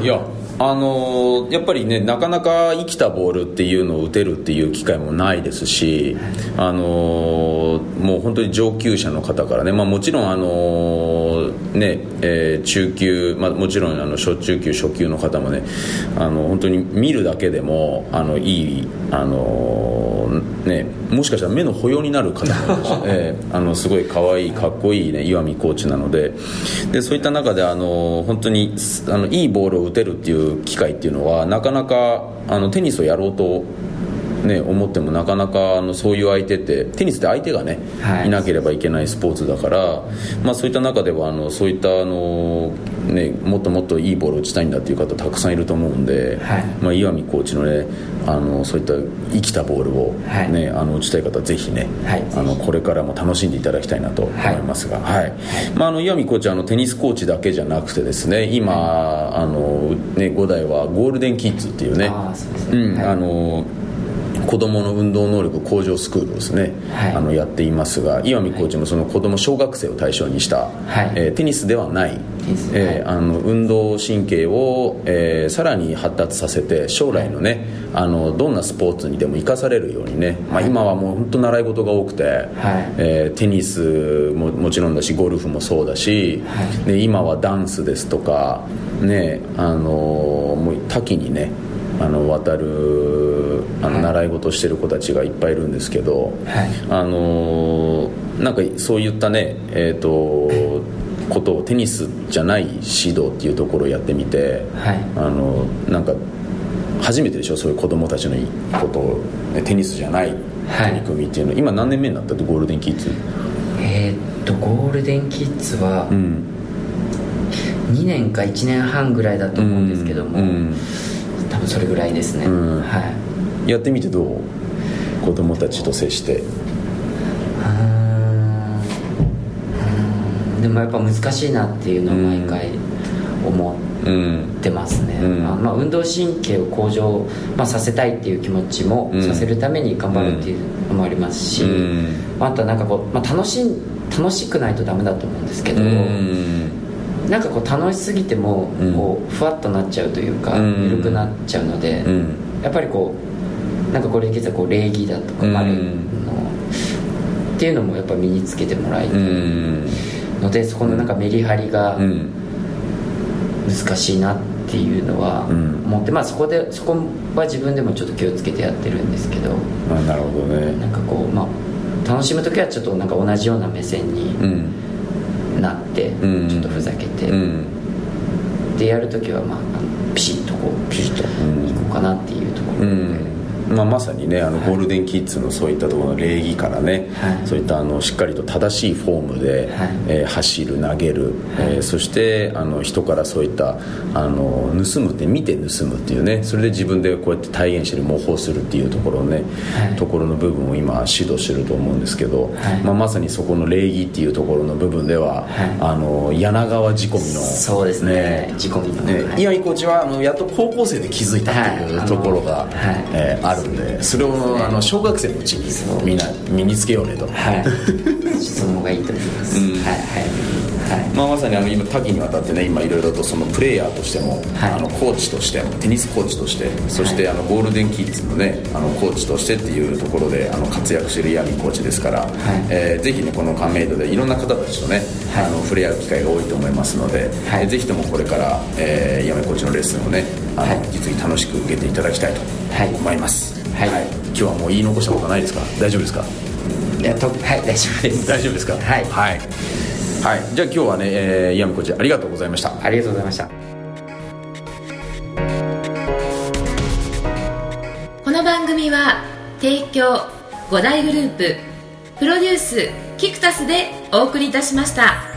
Speaker 2: いいやあのーやっぱりねなかなか生きたボールっていうのを打てるっていう機会もないですし、あのーもう本当に上級者の方からね、まあ、もちろん、あのーねえー中級、まあ、もちろんあの初中級初級の方もねあの本当に見るだけでもあのいい、あのーね、もしかしたら目の保養になる方もいるし、
Speaker 3: <laughs>
Speaker 2: えーあのすごい可愛いかっこいい、ね、岩見コーチなのででそういった中で、あのー本当にすあのいいボールを打てるっていう機会っていうのはなかなかあのテニスをやろうと。ね、思ってもなかなかあのそういう相手ってテニスって相手がね、
Speaker 3: はい
Speaker 2: いなければいけないスポーツだから、まあ、そういった中ではあのそういったあの、ね、もっともっといいボールを打ちたいんだっていう方たくさんいると思うんで、
Speaker 3: はい
Speaker 2: まあ、岩見コーチのねあのそういった生きたボールを、
Speaker 3: はい
Speaker 2: ねあの打ちたい方はぜひね、
Speaker 3: はい
Speaker 2: あのこれからも楽しんでいただきたいなと思いますが、はいまあ、あの岩見コーチはあのテニスコーチだけじゃなくてですね今、あのね、五代はゴールデンキッズっていうね
Speaker 3: ああそうですね、
Speaker 2: うん、
Speaker 3: はい
Speaker 2: あの子供の運動能力向上スクールをですね、
Speaker 3: はい
Speaker 2: あのやっていますが岩見コーチもその子供小学生を対象にした、
Speaker 3: はい
Speaker 2: えーテニスではない
Speaker 3: ニス
Speaker 2: えーあの運動神経を、えーさらに発達させて将来のねあのどんなスポーツにでも生かされるようにね、まあ、今はもう本当習い事が多くて、えーテニスももちろんだしゴルフもそうだし、
Speaker 3: は
Speaker 2: で今はダンスですとか、ねあのもう多岐にねあの渡るあ
Speaker 3: は
Speaker 2: の
Speaker 3: い
Speaker 2: 習い事をしてる子たちがいっぱいいるんですけど、
Speaker 3: はい
Speaker 2: あのなんかそういったね、えー、とことをテニスじゃない指導っていうところをやってみて、
Speaker 3: はい
Speaker 2: あのなんか初めてでしょそういう子供たちのことを、ね、テニスじゃない
Speaker 3: はい
Speaker 2: 取り組みっていうの、今何年目になったってゴールデンキッズ
Speaker 3: えーっとゴールデンキッズは
Speaker 2: うん
Speaker 3: 2年か1年半ぐらいだと思うんですけども、
Speaker 2: うん
Speaker 3: 多分それぐらいですね、
Speaker 2: うん
Speaker 3: はい
Speaker 2: やってみてどう子供たちと接して
Speaker 3: うーんでもやっぱ難しいなっていうのは毎回思
Speaker 2: うん
Speaker 3: ってますね、
Speaker 2: うん
Speaker 3: あまあ、運動神経を向上、まあ、させたいっていう気持ちも、
Speaker 2: うん
Speaker 3: させるために頑張るっていうのもありますし、
Speaker 2: うん
Speaker 3: まあ、あとはなんかこう、まあ、楽しん楽しくないとダメだと思うんですけど、
Speaker 2: うん
Speaker 3: なんかこう楽しすぎても
Speaker 2: うん
Speaker 3: こうふわっとなっちゃうというか、
Speaker 2: うん
Speaker 3: 緩くなっちゃうので、
Speaker 2: うん
Speaker 3: やっぱりこうなんかこれいけたらこう礼儀だとか
Speaker 2: うん
Speaker 3: バレエの、っていうのもやっぱ身につけてもらいた
Speaker 2: う
Speaker 3: い
Speaker 2: ん
Speaker 3: ので、そこのなんかメリハリが
Speaker 2: うん
Speaker 3: 難しいなっていうのは
Speaker 2: うん
Speaker 3: 思って、まあそこでそこは自分でもちょっと気をつけてやってるんですけど
Speaker 2: あなるほど
Speaker 3: な
Speaker 2: ね
Speaker 3: んかこうまあ楽しむ時はちょっとなんか同じような目線に
Speaker 2: うん
Speaker 3: なって、
Speaker 2: うん
Speaker 3: ちょっとふざけて、
Speaker 2: うん
Speaker 3: でやる時はまああのピシッとこうピシッと
Speaker 2: ん
Speaker 3: いこうかなっていうところ
Speaker 2: う
Speaker 3: で、
Speaker 2: んまあ、まさにねあのゴールデンキッズのそういったところの礼儀からね、
Speaker 3: はい
Speaker 2: そういったあのしっかりと正しいフォームで、
Speaker 3: はい
Speaker 2: えー走る投げる、えーそしてあの人からそういったあの盗むって見て盗むっていうねそれで自分でこうやって体現してる模倣するっていうところをね、
Speaker 3: はい
Speaker 2: ところの部分を今指導してると思うんですけど、
Speaker 3: はい
Speaker 2: まあ、まさにそこの礼儀っていうところの部分では、
Speaker 3: はい
Speaker 2: あの柳川仕込みの
Speaker 3: そうですね
Speaker 2: ね
Speaker 3: 自己見の、
Speaker 2: ね
Speaker 3: はい
Speaker 2: 岩井コーチはあのやっと高校生で気づいたっていう
Speaker 3: はい
Speaker 2: ところが、
Speaker 3: あの
Speaker 2: えーあるんでそれをあの小学生のうち
Speaker 3: そう
Speaker 2: にみんな身につけようねと、 <laughs>
Speaker 3: はい、質問がいいと思います。
Speaker 2: うん
Speaker 3: はいはいはい。
Speaker 2: まあ、まさにあの今多岐にわたってね今いろいろとそのプレイヤーとしても、
Speaker 3: はい
Speaker 2: あのコーチとしてもテニスコーチとしてそしてあのゴールデンキッズのねあのコーチとしてっていうところであの活躍しているヤミコーチですから、えーぜひねこの亀戸でいろんな方たちとね、
Speaker 3: はい
Speaker 2: あの触れ合う機会が多いと思いますので、
Speaker 3: はい
Speaker 2: えーぜひともこれから、えー、ヤミコーチのレッスンをねあの、
Speaker 3: はい
Speaker 2: 実に楽しく受けていただきたいと
Speaker 3: はい
Speaker 2: 思います、
Speaker 3: はい
Speaker 2: 今日はもう言い残したことないですか大丈夫ですか
Speaker 3: いやとはい大丈夫です。
Speaker 2: 大丈夫ですか
Speaker 3: はい
Speaker 2: はい、はい、じゃあ今日はね、えー、ヤミコーチありがとうございました
Speaker 3: ありがとうございました。
Speaker 1: この番組は提供五大グループプロデュースキクタスでお送りいたしました。